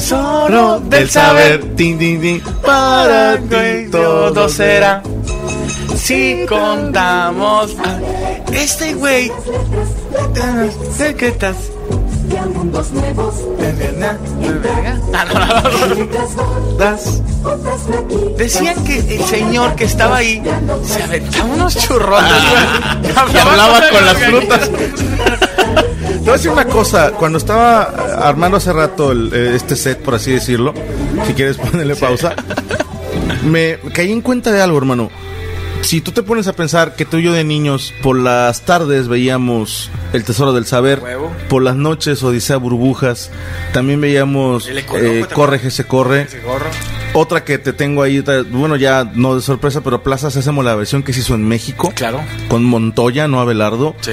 D: Solo
E: Del saber, tin, tin, tin, para ti
D: todo
E: todo
D: será. Si contamos. a- Este güey. ¿De qué estás? Ah, no, no, no. Decían que el señor que estaba ahí se aventaba unos churrotes. güey.
E: Y hablaba con las
D: el-
E: frutas. Te voy a decir una cosa, cuando estaba eh, armando hace rato el, eh, este set, por así decirlo, si quieres ponerle pausa, me caí en cuenta de algo, hermano. Si tú te pones a pensar que tú y yo de niños por las tardes veíamos El Tesoro del Saber,
D: Huevo.
E: por las noches Odisea Burbujas, también veíamos
D: El Ecoloco
E: eh,
D: también.
E: Corre que se corre.
D: Ese gorro.
E: Otra que te tengo ahí, otra- bueno, ya no de sorpresa, pero Plaza Sésamo, la versión que se hizo en México.
D: Claro.
E: Con Montoya, no Abelardo.
D: Sí.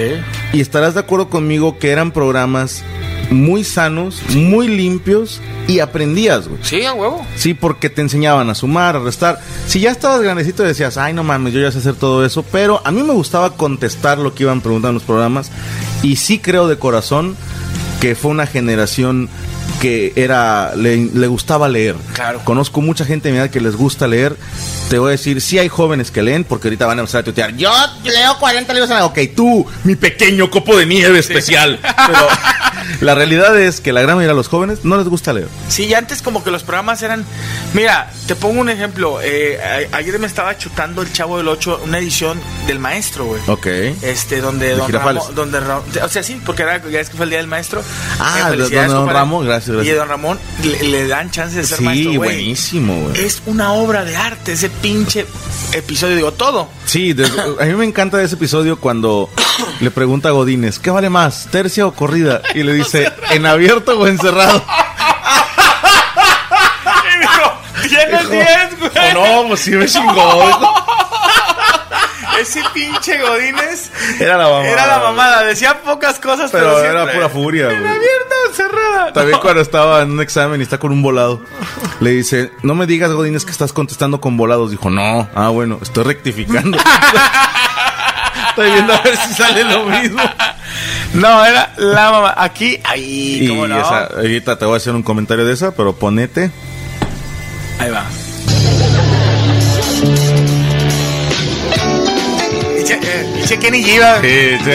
E: Y estarás de acuerdo conmigo que eran programas muy sanos, muy limpios y aprendías, güey.
D: Sí, a huevo.
E: Sí, porque te enseñaban a sumar, a restar. Si ya estabas grandecito decías, ay, no mames, yo ya sé hacer todo eso. Pero a mí me gustaba contestar lo que iban preguntando en los programas. Y sí creo de corazón que fue una generación que era le, le gustaba leer.
D: Claro.
E: Conozco mucha gente de mi edad que les gusta leer. Te voy a decir, sí hay jóvenes que leen, porque ahorita van a empezar a tuitear. Yo leo 40 libros a la... Ok, tú, mi pequeño copo de nieve especial. Pero la realidad es que la gran mayoría de los jóvenes no les gusta leer.
D: Sí, y antes como que los programas eran... Mira, te pongo un ejemplo. eh, a- ayer me estaba chutando El Chavo del 8, una edición del maestro, güey.
E: Ok.
D: Este, donde
E: De
D: Don
E: Girafales.
D: Ramón, donde Ra- o sea, sí, porque era, ya es que fue el día del maestro.
E: Ah,
D: Eh,
E: de
D: felicidades,
E: don
D: compadre.
E: Ramón, gracias, gracias.
D: Y de Don Ramón le, le dan chance de ser
E: Sí,
D: maestro, güey.
E: buenísimo, güey.
D: Es una obra de arte, ese pinche episodio, digo, todo.
E: Sí, de- a mí me encanta ese episodio cuando le pregunta a Godínez, ¿qué vale más, tercia o corrida? Y le dice, ¿en abierto o encerrado?
D: Tienes 10, güey.
E: Oh, no, pues sí me chingó. hijo.
D: Ese pinche Godínez
E: Era la mamá.
D: era la mamada. Decía pocas cosas, pero,
E: Pero
D: siempre-
E: era pura furia,
D: ¿Era
E: güey.
D: abierta o cerrada?
E: También cuando estaba en un examen y está con un volado, le dice, no me digas, Godínez, que estás contestando con volados. Dijo, no, ah, bueno, estoy rectificando. Estoy viendo a ver si sale lo mismo.
D: No, era la mamá. Aquí, ahí,
E: Y
D: ¿cómo no?
E: esa- ahorita te voy a hacer un comentario de esa, pero ponete.
D: Ahí va. Dice dice Kenny Giva.
E: Eh,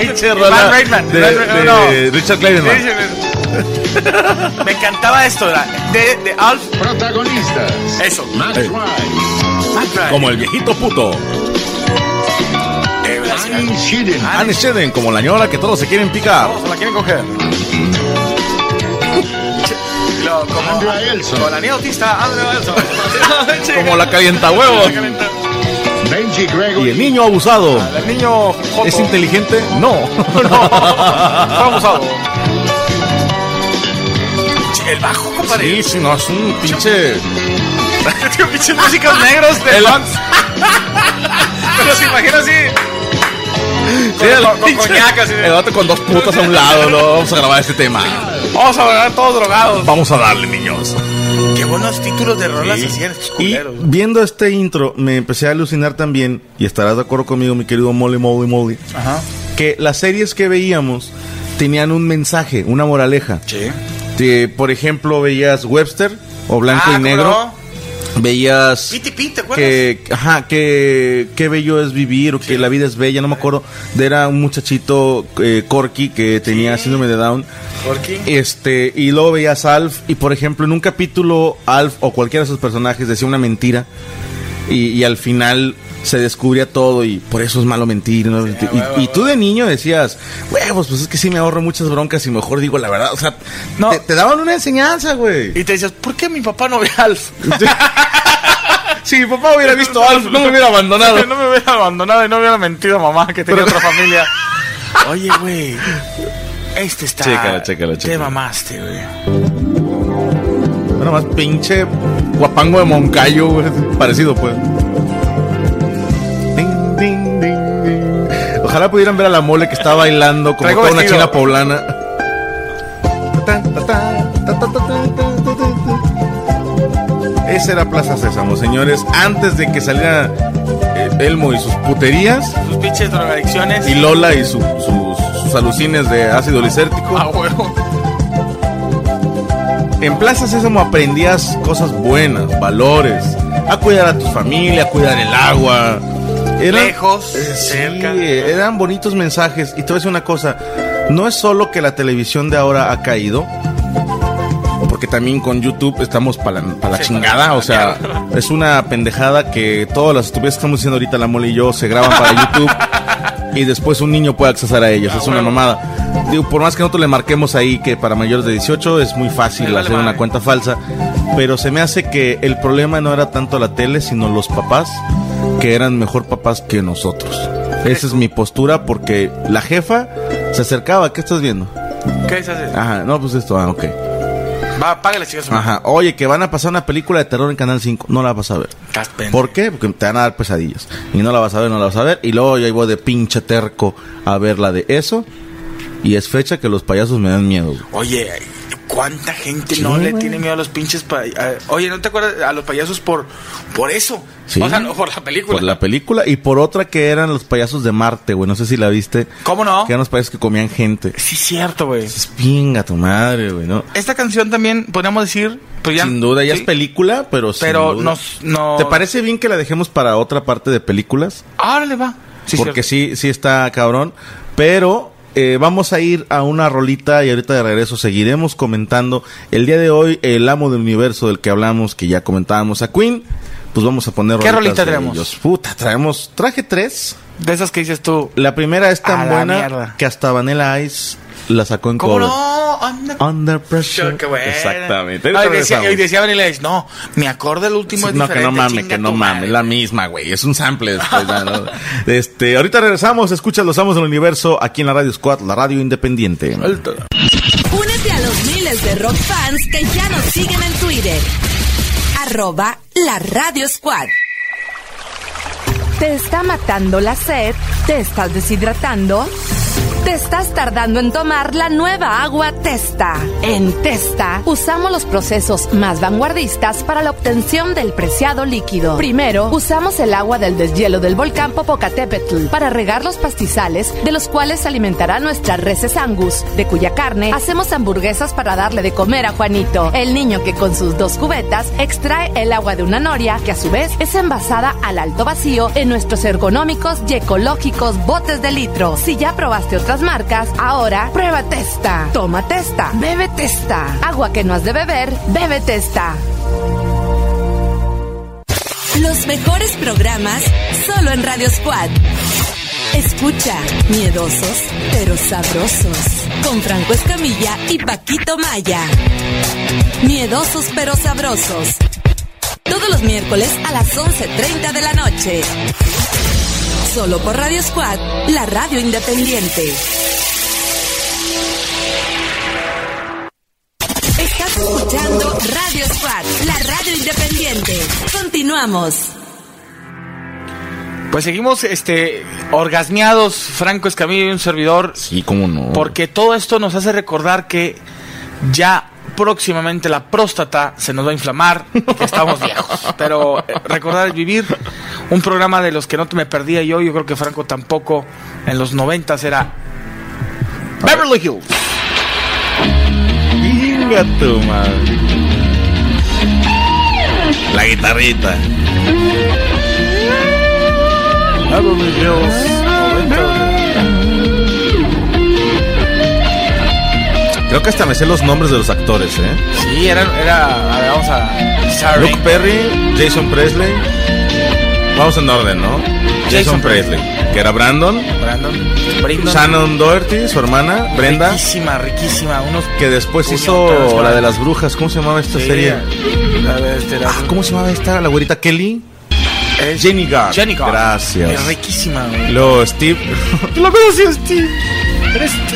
E: te-
D: Dice
E: rola de- de
D: no.
E: Richard Clayderman.
D: Sí, sí, Me encantaba esto, era de, de Alf.
H: Protagonistas.
D: Eso.
H: Max
E: Eh.
D: Max Ryan.
E: Como el viejito puto.
D: Eh, gracias.
E: Anne Shedden, como la ñora que todos se quieren picar.
D: Todos se la quieren coger. Lo, como Con la niña autista, Andrea Elson.
E: Como la calienta huevos.
H: Benji Gregory.
E: Y el niño abusado.
D: El niño joto.
E: ¿Es inteligente? No.
D: Vamos a El bajo, compadre.
E: Sí, sí, no, es un pinche.
D: Tío, pinches músicos negros de
E: El-
D: Bronx. Pero se imagina así.
E: Sí, el,
D: Con- con
E: pinche-
D: coñac, así.
E: el vato con dos putas a un lado, ¿no? Vamos a grabar este tema.
D: Vamos a hablar todos drogados.
E: Vamos a darle, niños.
D: Qué buenos títulos de rolas
E: Sí.
D: hacían estos
E: Y
D: culeros.
E: viendo este intro, me empecé a alucinar también, y estarás de acuerdo conmigo, mi querido Molly Molly Molly,
D: Ajá.
E: que las series que veíamos tenían un mensaje, una moraleja.
D: Sí.
E: Te- por ejemplo, veías Webster o Blanco
D: Ah,
E: y
D: ¿cómo
E: Negro. Veías
D: Piti Piti, ¿te acuerdas?
E: que, ajá, que qué bello es vivir o que la vida es bella, no me acuerdo. De- Era un muchachito eh, Corky que tenía síndrome de Down.
D: Corky.
E: Este, y luego veías a Alf y por ejemplo en un capítulo Alf o cualquiera de sus personajes decía una mentira y, y al final se descubría todo y por eso es malo mentir. ¿no? Y- y,
D: huevo,
E: y tú de niño decías, huevos, pues es que sí me ahorro muchas broncas y mejor digo la verdad. O sea,
D: No.
E: te, te daban una enseñanza, güey.
D: Y te dices, ¿por qué mi papá no ve a Alf?
E: Si mi papá hubiera visto a Alf, no me hubiera abandonado.
D: No me hubiera abandonado y no hubiera mentido a mamá que tenía otra familia. Oye, güey. Este está.
E: Chécalo, chécalo,
D: Te
E: chécalo.
D: mamaste, güey.
E: Nada más pinche guapango de Moncayo, güey, Parecido, pues. Ding, ding, ding, ding. Ojalá pudieran ver a la mole que está bailando como
D: Traigo
E: toda una
D: vestido.
E: china poblana. Esa era Plaza Sésamo, señores. Antes de que saliera eh, Elmo y sus puterías.
D: Sus pinches drogadicciones.
E: Y Lola y su- sus, sus alucines de ácido lisértico.
D: Ah, huevo.
E: En Plaza Sésamo aprendías cosas buenas, valores, a cuidar a tu familia, a cuidar el agua. Eh,
D: Lejos, cerca.
E: sí, eran bonitos mensajes. Y te voy a decir una cosa, no es solo que la televisión de ahora ha caído, porque también con YouTube estamos para la, pa' la chingada, o sea, es una pendejada que todas las estupideces que estamos diciendo ahorita la mole y yo se graban para YouTube y después un niño puede accesar a ellos, es una mamada. Digo, por más que nosotros le marquemos ahí que para mayores de 18 es muy fácil hacer una cuenta falsa, pero se me hace que el problema no era tanto la tele, sino los papás, que eran mejor papás que nosotros. Esa es mi postura porque la jefa se acercaba, ¿qué estás viendo?
D: ¿Qué se hace?
E: Ajá, no, pues esto, ah, ok.
D: Va, págale, chicas.
E: Ajá. Oye, que van a pasar una película de terror en Canal 5. No la vas a ver.
D: Estás pendejo.
E: ¿Por qué? Porque te van a dar pesadillas. Y no la vas a ver, no la vas a ver. Y luego yo ahí voy de pinche terco a ver la de eso. Y es fecha que los payasos me dan miedo. güey.
D: Oye, ¿cuánta gente no
E: Sí,
D: le
E: güey.
D: tiene miedo a los pinches pa- a- Oye, ¿no te acuerdas a los payasos por, por eso?
E: Sí.
D: O sea, no por la película.
E: Por la película y por otra que eran los payasos de Marte, güey. No sé si la viste.
D: ¿Cómo no?
E: Que eran los payasos que comían gente.
D: Sí, cierto, güey.
E: Es pinga tu madre, güey, ¿no?
D: Esta canción también, podríamos decir, pues ya-
E: Sin duda, ya
D: sí.
E: es película, pero sin
D: Pero
E: duda.
D: nos- no-
E: ¿Te parece bien que la dejemos para otra parte de películas?
D: Ahora le va. Sí,
E: porque
D: cierto.
E: sí, sí está cabrón. Pero eh, vamos a ir a una rolita y ahorita de regreso seguiremos comentando. El día de hoy, el amo del universo del que hablamos, que ya comentábamos a Queen, pues vamos a poner
D: ¿Qué
E: rolitas
D: rolita
E: de
D: traemos?
E: ellos. Puta, traemos, traje tres.
D: De esas que dices tú.
E: La primera es
D: A
E: tan
D: la
E: buena
D: mierda.
E: que hasta Vanilla Ice la sacó en
D: ¿Cómo
E: cover.
D: no? Anda-
E: Under pressure.
D: Qué buena.
E: Exactamente.
D: No, y, decía,
E: Regresamos.
D: y decía Vanilla Ice, no, mi acorde el último es
E: no, que
D: diferente.
E: no mames,
D: chinga
E: que no
D: tu
E: mames, la misma, güey. Es un sample. después, ya, ¿no? Este, ahorita regresamos, escucha Los Amos del Universo aquí en la Radio Squad, la radio independiente.
O: Únete a los miles de rock fans que ya nos siguen en Twitter. Arroba la Radio Squad. ¿Te está matando la sed? ¿Te estás deshidratando? ¿Te estás tardando en tomar la nueva agua Testa? En Testa usamos los procesos más vanguardistas para la obtención del preciado líquido. Primero, usamos el agua del deshielo del volcán Popocatépetl para regar los pastizales de los cuales se alimentará nuestras reses angus, de cuya carne hacemos hamburguesas para darle de comer a Juanito, el niño que con sus dos cubetas extrae el agua de una noria que a su vez es envasada al alto vacío en nuestros ergonómicos y ecológicos botes de litro. Si ya probaste otras marcas, ahora prueba Testa. Toma Testa. Bebe Testa. Agua que no has de beber, bebe Testa.
P: Los mejores programas solo en Radio Squad.
O: Escucha, miedosos pero sabrosos.
P: Con Franco Escamilla y Paquito Maya. Miedosos pero sabrosos. Todos los miércoles a las 11.30 de la noche. Solo por Radio Squad, la radio independiente. Estás escuchando Radio Squad, la radio independiente. Continuamos.
D: Pues seguimos este orgasmeados, Franco Escamillo y un servidor.
E: Sí, cómo no.
D: Porque todo esto nos hace recordar que ya próximamente la próstata se nos va a inflamar y que estamos viejos. Pero eh, recordar es vivir. Un programa de los que no te me perdía yo, yo creo que Franco tampoco en los noventas era Beverly Hills.
E: Chinga tu madre. La guitarrita. Beverly Creo que hasta me sé los nombres de los actores, ¿eh?
D: Sí, era, era a ver, vamos a Saturday.
E: Luke Perry, Jason Presley. Vamos en orden, ¿no? Jason,
D: Jason
E: Presley, que era Brandon.
D: Brandon, Brandon.
E: Shannon Doherty, su hermana, Brenda,
D: Riquísima, riquísima. Unos
E: que después
D: puñotones,
E: hizo la
D: ¿verdad?
E: de las brujas. ¿Cómo se llamaba esta
D: Sí,
E: serie?
D: la de este, la-
E: Ah, ¿Cómo se llamaba esta? La güerita Kelly. Jenny Garth.
D: Jenny Garth.
E: Gracias.
D: Es riquísima, güey.
E: Luego Steve.
D: Lo conocí a Steve. eres tú.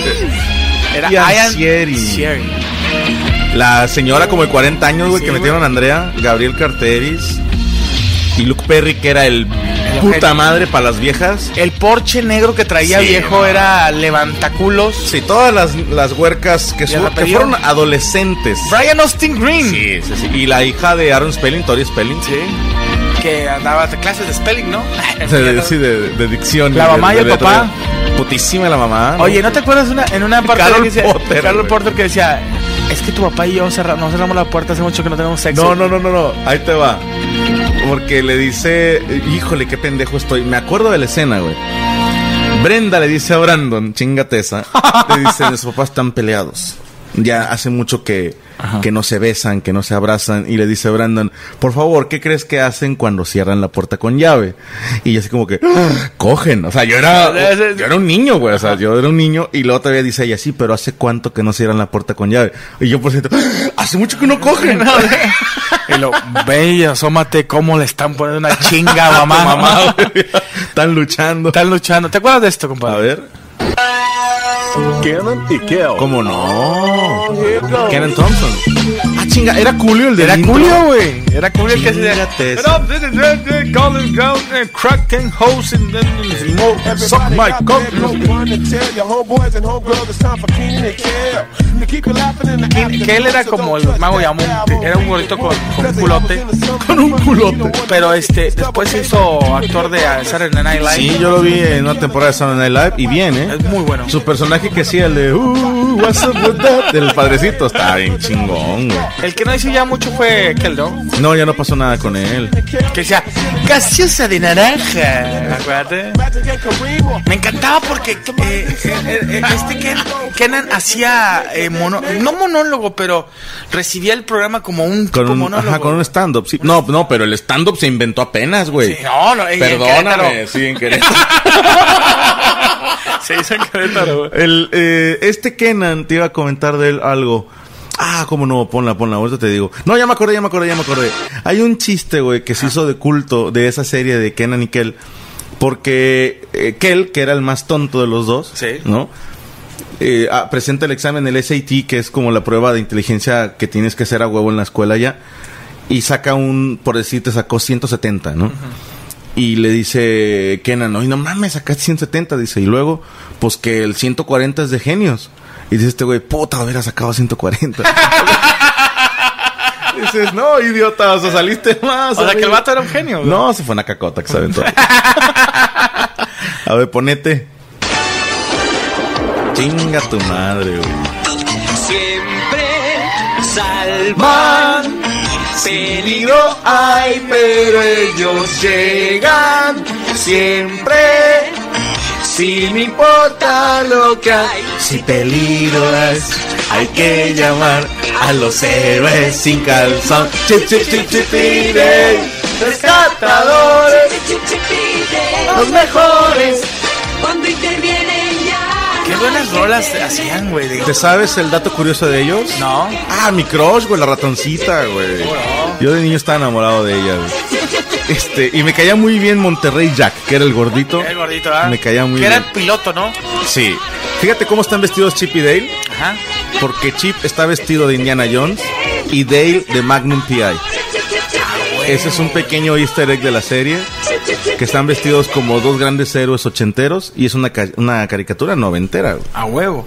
D: Era
E: Ian
D: Ian
E: Thierry.
D: Thierry.
E: La señora como de 40 años, güey,
D: Sí,
E: que
D: güey.
E: metieron a Andrea, Gabriel Carteris y Luke Perry, que era el puta
D: ojete.
E: madre para las viejas.
D: El Porsche negro que traía
E: Sí,
D: viejo
E: no.
D: era levantaculos.
E: Sí, todas las, las huercas que,
D: ¿Y el
E: su- que
D: apellido?
E: fueron adolescentes.
D: Brian Austin Green.
E: Sí, sí, sí. Y la hija de Aaron Spelling, Tori Spelling.
D: Sí. Que andaba de clases de spelling, ¿no?
E: De, sí, de, de dicción.
D: La
E: de-
D: mamá y
E: de
D: el
E: letra.
D: papá.
E: Putísima la mamá.
D: Oye, ¿no te acuerdas una- en una parte
E: Carol
D: que decía,
E: Potter,
D: Carol
E: güey.
D: Porter que decía, es que tu papá y yo cerra- no cerramos la puerta hace mucho que no tenemos sexo?
E: No, no, no, no, no. Ahí te va. Porque le dice, híjole, qué pendejo estoy. Me acuerdo de la escena, güey. Brenda le dice a Brandon, chingate esa. Le dice, nuestros papás están peleados. Ya hace mucho que, que no se besan, que no se abrazan. Y le dice Brandon, por favor, ¿qué crees que hacen cuando cierran la puerta con llave? Y yo así como que, "Ah, cogen. O sea, yo era, yo era un niño, güey. O sea, yo era un niño. Y luego todavía dice ella, sí, pero ¿hace cuánto que no cierran la puerta con llave? Y yo por cierto, "Ah, hace mucho que no cogen.
D: Y lo, ve y asómate cómo le están poniendo una chinga a mamá.
E: mamá, Están luchando.
D: Están luchando. ¿Te acuerdas de esto, compadre?
E: A ver.
D: Kenan y Keo.
E: ¿Cómo no? Kenan Thompson. Ah, chinga, era Julio el de
D: Era Julio, güey. Era Julio el que pues, se
E: Chingate esa.
D: eh, Que él era como el mago Yamun, era un gorrito con, con un culote. Con un culote. Pero este, después se hizo actor de ah, Saturday Night Live.
E: Sí, yo lo vi en una temporada de Saturday Night Live y bien, ¿eh?
D: Es muy bueno.
E: Su personaje que sí, el de uh, what's up with that, del padrecito, está bien chingón, güey.
D: El que no hizo ya mucho fue Keldo.
E: No, ya no pasó nada con él.
D: Que decía, gaseosa de naranja. Acuérdate. Me encantaba porque eh, eh, eh, este Ken- Kenan hacía eh, mono- no monólogo, pero recibía el programa como un
E: Con
D: tipo
E: un,
D: monólogo.
E: ajá, con un stand-up. sí. No, no, pero el stand-up se inventó apenas, güey.
D: No, no, y en
E: Perdóname,
D: Querétaro.
E: sí, en Querétaro.
D: Se hizo en Querétaro, güey.
E: El, eh, este Kenan te iba a comentar de él algo. Ah, cómo no, ponla, ponla, ahorita te digo. No, ya me acordé, ya me acordé, ya me acordé. Hay un chiste, güey, que se hizo de culto de esa serie de Kenan y Kel. Porque eh, Kel, que era el más tonto de los dos,
D: Sí.
E: ¿no? Eh, ah, presenta el examen, el SAT, que es como la prueba de inteligencia que tienes que hacer a huevo en la escuela ya. Y saca un, por decir, te sacó 170, ¿no? Y le dice Kenan, oye, no mames, sacaste 170. Dice, y luego, pues que el 140 es de genios. Y dice este güey, puta, hubiera sacado 140. Dices, no, idiota, o sea, saliste más.
D: O sea, que el
E: amigo".
D: vato era un genio. güey.
E: No, se fue una cacota que se aventó. A ver, ponete. Chinga tu madre, güey.
N: Siempre
E: salvan.
N: Peligro hay, pero ellos llegan siempre. Sin importar lo que hay.
E: Si peligro es, hay que llamar a los héroes sin calzón. Chip, chip, chip, chip, tire.
N: Rescatadores, los mejores.
P: Cuando intervienen ya.
D: Qué buenas rolas hacían, güey. digo.
E: ¿Te sabes el dato curioso de ellos?
D: No.
E: Ah, mi crush, güey, la ratoncita, güey. Yo de niño estaba enamorado de ella, güey. Este, y me caía muy bien Monterrey Jack, que era el gordito.
D: Qué gordito, ¿ah?
E: Me caía muy
D: Que era
E: bien.
D: el piloto, ¿no?
E: Sí. Fíjate cómo están vestidos Chip y Dale,
D: Ajá.
E: porque Chip está vestido de Indiana Jones y Dale de Magnum PI. Ese es un pequeño easter egg de la serie, que están vestidos como dos grandes héroes ochenteros y es una, ca- una caricatura noventera, güey.
D: A huevo.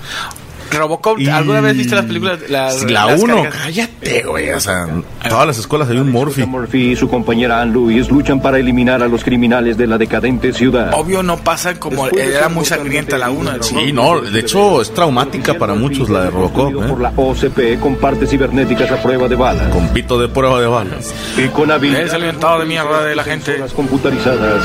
D: Robocop,
E: Y-
D: ¿alguna vez viste las películas? Las,
E: La
D: las
E: uno,
D: caricaturas?
E: cállate, güey. O sea, en todas las escuelas hay un Morphy.
Q: Murphy y su compañera Ann Lewis luchan para eliminar a los criminales de la decadente ciudad.
D: Obvio no pasan como
Q: Después de
D: era
Q: ser
D: muy sangrienta la una.
E: Sí, no, de hecho es traumática para muchos la de Robocop,
Q: Por
E: ¿eh?
Q: la OCP con partes cibernéticas a prueba de balas.
E: Con pito de prueba de balas.
Q: Y con
D: Él
Q: habilidades
D: se alimentado de mierda de la gente.
Q: computarizadas.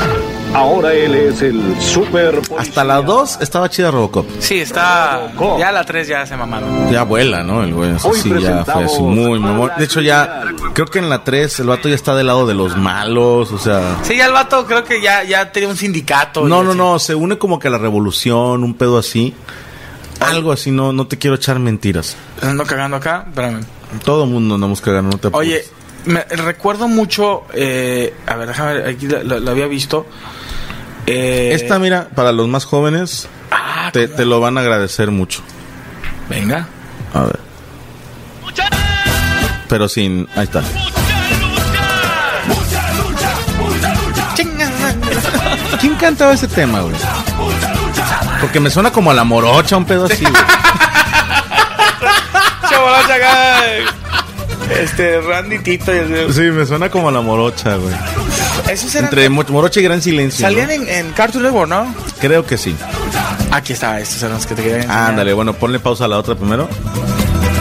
Q: Ahora él es el super...
E: Hasta la 2 estaba chida Robocop.
D: Sí, está. Ya la 3 ya se mamaron.
E: Ya vuela, ¿no? El güey, o sea,
Q: Hoy
E: sí, ya fue así, muy mamón. De hecho, ya, creo que en la 3 el vato ya está del lado de los malos, o sea...
D: Sí, ya el vato creo que ya, ya tenía un sindicato.
E: No,
D: y
E: no,
D: así.
E: no, se une como que a la revolución, un pedo así. Algo así, no, no te quiero echar mentiras.
D: Ando cagando acá, espérame.
E: Todo mundo andamos cagando, no te apures.
D: Oye, me, recuerdo mucho. eh, a ver, déjame ver, aquí la, la- la había visto. Eh,
E: Esta, mira, para los más jóvenes,
D: Ah,
E: Te, te lo van a agradecer mucho.
D: Venga.
E: A ver. Pero sin. Ahí está. ¿Quién cantaba ese tema, güey? Porque me suena como a la morocha, un pedo así, güey.
D: Chavalacha acá. Este, Randy Tito. ya sé.
E: Sí, me suena como a la morocha, güey.
D: Esos eran-
E: Entre mo- morocha y gran silencio.
D: Salían
E: ¿no?
D: en, en Cartoon Network, ¿no?
E: Creo que sí.
D: Aquí está, estos eran los que te querían enseñar.
E: Ándale, bueno, ponle pausa a la otra primero.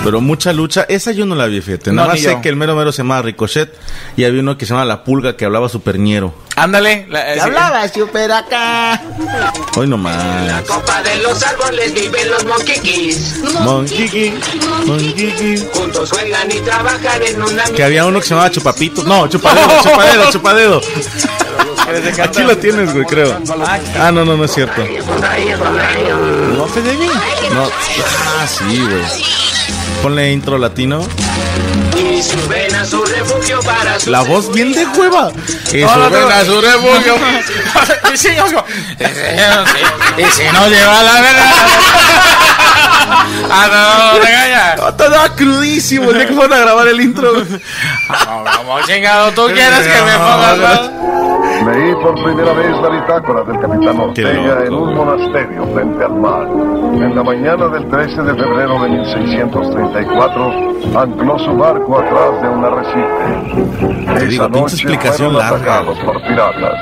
E: Pero mucha lucha, esa yo no la vi, fíjate.
D: No,
E: Nada más
D: ni
E: sé
D: yo.
E: que el mero mero se llamaba Ricochet y había uno que se llamaba La Pulga que hablaba superñero.
D: Ándale. la- eh, sí.
F: super acá.
E: Hoy nomás.
F: Copa de los árboles viven los monquiquis.
E: Monquiqui, monquiqui.
F: Juntos juegan y trabajan en una
E: Que había uno que se llamaba Chupapito. No, Chupadedo, Chupadedo, Chupadedo. Aquí lo tienes, güey, creo. Ah, no, no, no es cierto.
D: No, Fedeli.
E: No. Ah, sí, güey. Ponle intro latino.
F: Y suben a su refugio para su
E: La voz bien de hueva. Y
D: No, no,
E: suben
D: no.
E: a su refugio.
D: Y si no, y si no lleva la verdad. Ah, no, no, te callas.
E: No, Estaba crudísimo el día que fueron a grabar el intro. güey.
D: Como chingado, tú quieres que me pongas mal?
L: Leí por primera vez la bitácora del capitán Ortega en un monasterio frente al mar. En la mañana del 13 de febrero de 1634, ancló su barco atrás de un arrecife.
E: Te digo,
L: Esa
E: pinche
L: noche
E: explicación
L: fueron
E: larga.
L: atacados por piratas.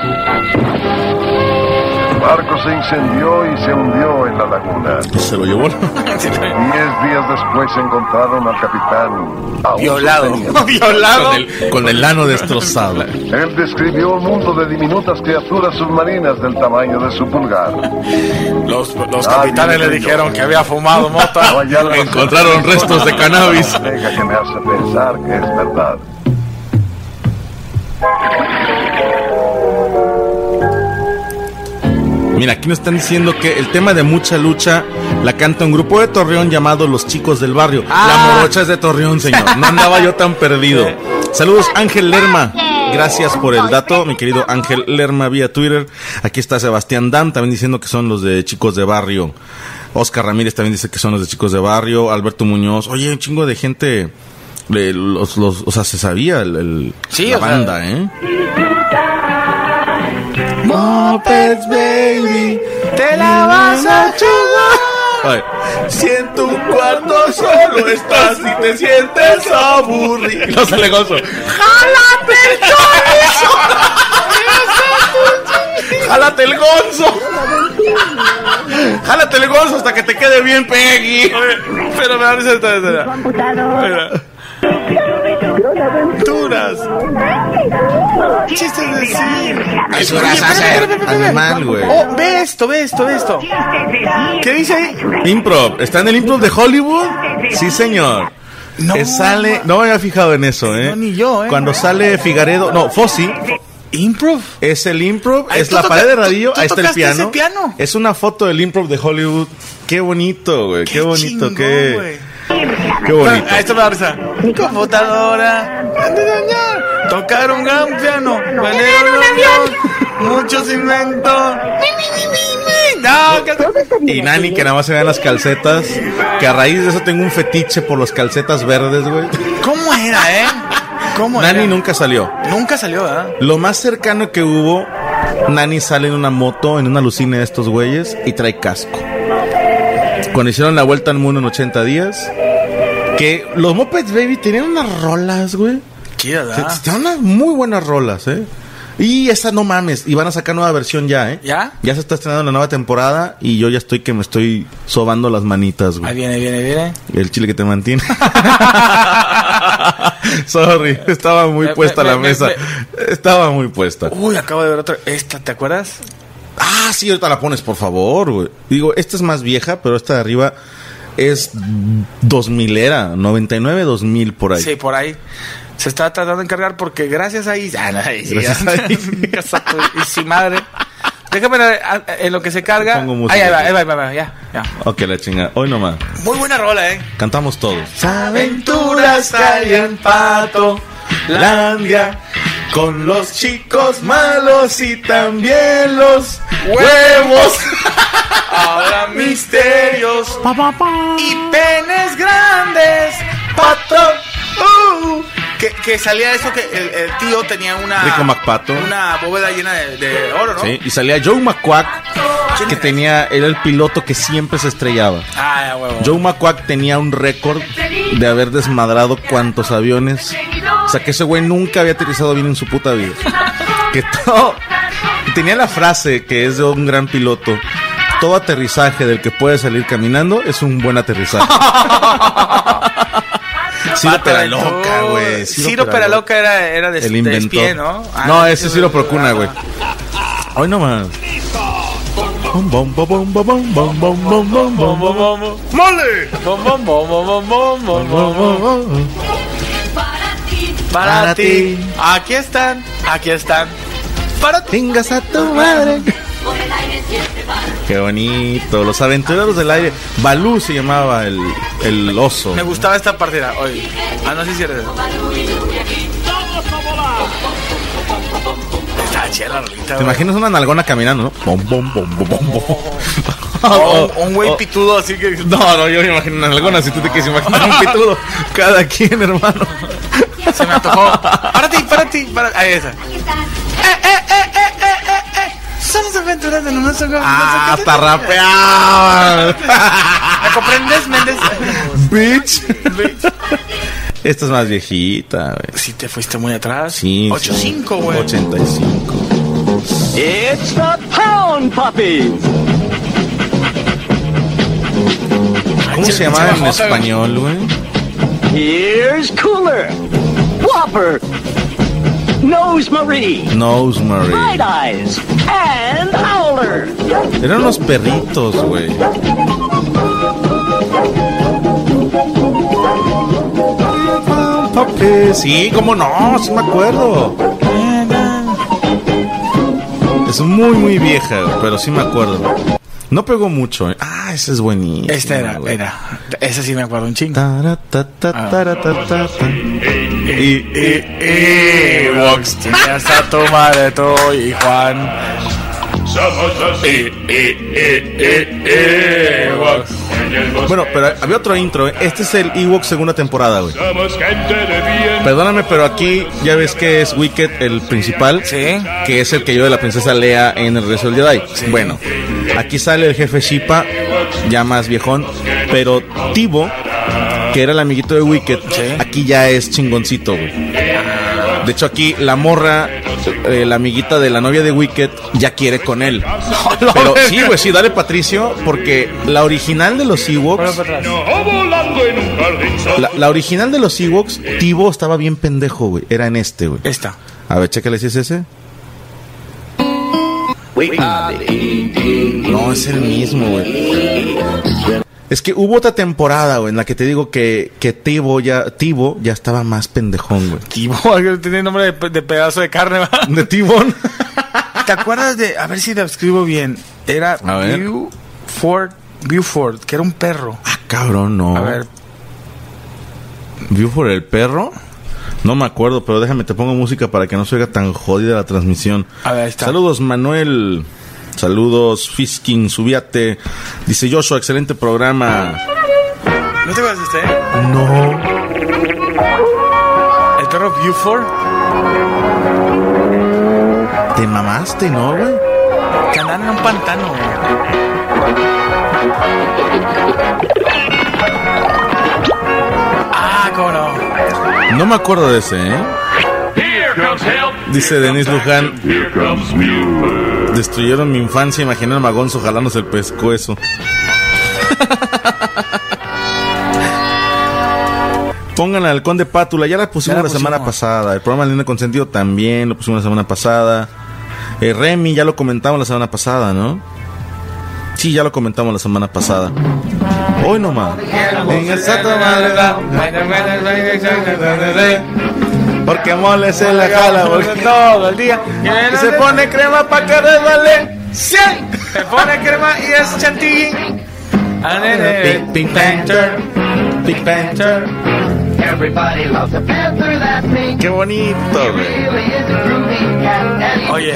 L: El barco se incendió y se hundió en la laguna.
E: Se lo llevó.
L: Diez días después encontraron al capitán aún
D: Violado.
L: sostenido.
D: Violado.
E: Con el, con el ano destrozado.
L: Él describió un mundo de diminutas criaturas submarinas del tamaño de su pulgar.
D: Los, los capitanes le dijeron que había fumado
L: No
D: mota.
L: hay algo
E: Encontraron restos de cannabis.
L: Ortega que me hace pensar que es verdad.
E: Mira, aquí nos están diciendo que el tema de mucha lucha la canta un grupo de Torreón llamado Los Chicos del Barrio. La morocha es de Torreón, señor. No andaba yo tan perdido. Saludos, Ángel Lerma. Gracias por el dato, mi querido Ángel Lerma, vía Twitter. Aquí está Sebastián Dan también diciendo que son los de Chicos de Barrio. Oscar Ramírez también dice que son los de Chicos de Barrio. Alberto Muñoz. Oye, un chingo de gente. le- los, los- o sea, se sabía el, el-
D: Sí,
E: la
D: o sea.
E: banda, ¿eh?
D: Mopeds, baby, te la vas a chugar.
E: Ay,
D: Si en tu cuarto solo estás y te sientes aburrido.
E: no se le gozo.
D: ¡Jálate el chorizo! ¡Jálate el gonzo! ¡Jálate el gonzo hasta que te quede bien, Peggy! Pero me abres esta Computador. Duras. Chistes de cine.
E: Apresuras a hacer, animal, güey.
D: Oh, ve esto, ve esto, ve esto. ¿Qué dice ahí?
E: Improv, ¿está en el improv de Hollywood? Sí, señor.
D: No,
E: Eh, sale, no me había fijado en eso, ¿eh?
D: No, ni yo, ¿eh?
E: Cuando sale Figaredo, no, Fossi,
D: Improv.
E: es el improv,
D: Ay,
E: es
D: tú
E: la
D: toca-
E: pared de
D: tú-
E: radillo,
D: tú
E: ahí está el
D: tocaste ese
E: piano.
D: piano.
E: Es una foto del improv de Hollywood. Qué bonito, güey, qué, bonito,
D: chingón,
E: qué,
D: güey.
E: qué bonito.
D: Ah, Esto me da risa. Computadora. Tocar un gran piano. Vender un avión. Muchos inventos. No, que-
E: Y Nani, que nada más se vean las calcetas, que a raíz de eso tengo un fetiche por las calcetas verdes, güey.
D: ¿Cómo era, eh? ¿Cómo
E: Nani
D: era?
E: nunca salió.
D: Nunca salió, ¿verdad?
E: Lo más cercano que hubo, Nani sale en una moto, en una lucina de estos güeyes, y trae casco. Cuando hicieron la vuelta al mundo en 80 días, que los Mopeds Baby tenían unas rolas, güey.
D: Chida, ¿verdad?
E: Tenían unas muy buenas rolas, eh. Y esa no mames, y van a sacar nueva versión ya, eh.
D: ¿Ya?
E: Ya se está estrenando la nueva temporada y yo ya estoy que me estoy sobando las manitas,
D: Ahí
E: güey.
D: viene, viene, viene.
E: El chile que te mantiene. Sorry, estaba muy
D: Me-
E: puesta
D: me-
E: la
D: me-
E: mesa. Estaba muy puesta.
D: Uy, acabo de ver otra. Esta, ¿te acuerdas?
E: Ah, sí, ahorita la pones, por favor, güey. Digo, esta es más vieja, pero esta de arriba es 2000 era, 99, 2000 por ahí.
D: Sí, por ahí. Se está tratando de encargar porque gracias a ahí. Ah, no, ahí sí,
E: Gracias
D: ya.
E: a ahí.
D: Exacto, y sin madre. Déjame ver, ah, en lo que se carga.
E: Pongo música.
D: Ahí, ahí va, ahí va, ahí va, ya, ya.
E: Ok, la chinga. Hoy nomás.
D: Muy buena rola, eh.
E: Cantamos todos.
D: Aventuras calle en pato, Landia,
E: Con los chicos malos y también los huevos.
D: Ahora misterios y penes grandes. Pato. Uh, que, que salía eso que el, el tío tenía una.
E: Rico MacPato.
D: Una bóveda llena de, de oro, ¿no?
E: Sí, y salía Joe McQuack, que tenía, era el piloto que siempre se estrellaba.
D: Ah, huevo.
E: Joe McQuack tenía un récord de haber desmadrado cuantos aviones. O sea, que ese güey nunca había aterrizado bien en su puta vida. Que todo. Tenía la frase que es de un gran piloto. Todo aterrizaje del que puede salir caminando es un buen aterrizaje. Ciro Peraloca, güey.
D: Ciro Peraloca era, era de,
E: El
D: de
E: inventor.
D: espía, ¿no? Ah,
E: no, ese es Ciro Procuna, güey. Hoy nomás. Bom, bom, bom, bom, bom, bom, bom, bom, bom, bom, bom, bom, bom.
D: ¡Mole! Bom, bom, bom, bom, bom, bom, bom, bom, bom. Para
E: Para
D: ti.
E: ti.
D: Aquí están, aquí están. Para ti.
E: Tengas a tu madre. Qué bonito. Los aventureros del aire. Balú se llamaba el, el oso.
D: Me gustaba esta partida. Oye. Ah, no, sí, sí, era eso. Está chida la rolita,
E: ¿Te
D: güey.
E: imaginas una nalgona caminando, no? Bom, bom, bom, bom, bom, bom.
D: O Oh,
E: oh,
D: un- Un güey pitudo así que.
E: No, no, yo me imagino una nalgona. Si tú te quieres imaginar un pitudo. Cada quien, hermano.
D: Se me antojó. Para ti, para ti, para. Ahí está. Eh, Son las aventuras de Nuno Sogo.
E: Ah, hasta rapeaban.
D: ¿Me comprendes, Méndez?
E: Bitch. Esta es más viejita, güey.
D: Si te fuiste muy atrás.
E: Sí.
D: 85, güey.
E: 85.
J: It's the Hound Puppies.
E: ¿Cómo se llamaba en español, güey?
J: Here's Cooler, Whopper, Nose Marie,
E: Nosemary.
J: Bright Eyes, and Howler.
E: Eran unos perritos, güey. Sí, cómo no, sí me acuerdo. Es muy, muy vieja, güey, pero sí me acuerdo. No pegó mucho. eh. Ah, esa es buenísima.
D: Esta era,
E: güey.
D: era. Esa sí me acuerdo un chingo.
E: Tara, ta, ta,
D: Ah.
E: tara, ta, ta, ta. Y-
D: Eh, Ewoks, chingas a tu madre, tú y Juan. Somos los eh, eh, eh, eh, Ewoks.
E: Bueno, pero había otro intro. eh. Este es el Ewok segunda temporada, güey.
J: Somos gente de bien.
E: Perdóname, pero aquí ya ves que es Wicked el principal, que es el que yo de la princesa Lea en el Regreso del Jedi. Bueno, aquí sale el jefe Shipa, ya más viejón, pero Tibo, que era el amiguito de Wicked, aquí ya es chingoncito, güey. De hecho, aquí la morra, eh, la amiguita de la novia de Wicked, ya quiere con él. Pero sí, güey, sí, dale Patricio, porque la original de los Ewoks
J: volando en un jardín.
E: la, la original de los Ewoks, Tivo estaba bien pendejo, güey. Era en este, güey.
D: Esta.
E: A ver, chécale si es ese. No, es el mismo, güey. Es que hubo otra temporada, güey, en la que te digo que, que Tivo ya, Tivo ya estaba más pendejón, güey.
D: Tiene nombre de, pe- de pedazo de carne, ¿va?
E: De Tibón.
D: ¿Te acuerdas de.? A ver si lo escribo bien. Era
E: A ver.
D: Buford, Buford, que era un perro.
E: Ah, Cabrón, no.
D: A ver.
E: ¿Vio por el perro? No me acuerdo, pero déjame, te pongo música para que no se oiga tan jodida la transmisión.
D: A ver, ahí está.
E: Saludos, Manuel. Saludos, Fiskin, Subiate. Dice Joshua, excelente programa.
D: ¿No te acuerdas de este?
E: No.
D: El perro Buford
E: Te mamaste, ¿no, güey?
D: que andaba en un pantano, güey. Ah, cómo no.
E: No me acuerdo de ese, ¿eh? Dice Denis Luján. Destruyeron mi infancia, imaginé al magonzo jalándose el pescuezo. Pongan al conde Pátula, ya la pusimos
D: Ya la
E: la, semana
D: pusimos.
E: pasada. El programa Línea Consentido también lo pusimos la semana pasada. Eh, Remy, ya lo comentamos la semana pasada, ¿no? Sí, ya lo comentamos la semana pasada. Hoy nomás. En el santo madre da- Porque mole se la jala porque
D: todo el día.
E: Y se pone crema para que resbale.
D: Sí, se pone crema y es chantilly.
E: Pink Panther. Pink Panther. Qué bonito, güey.
D: Oye.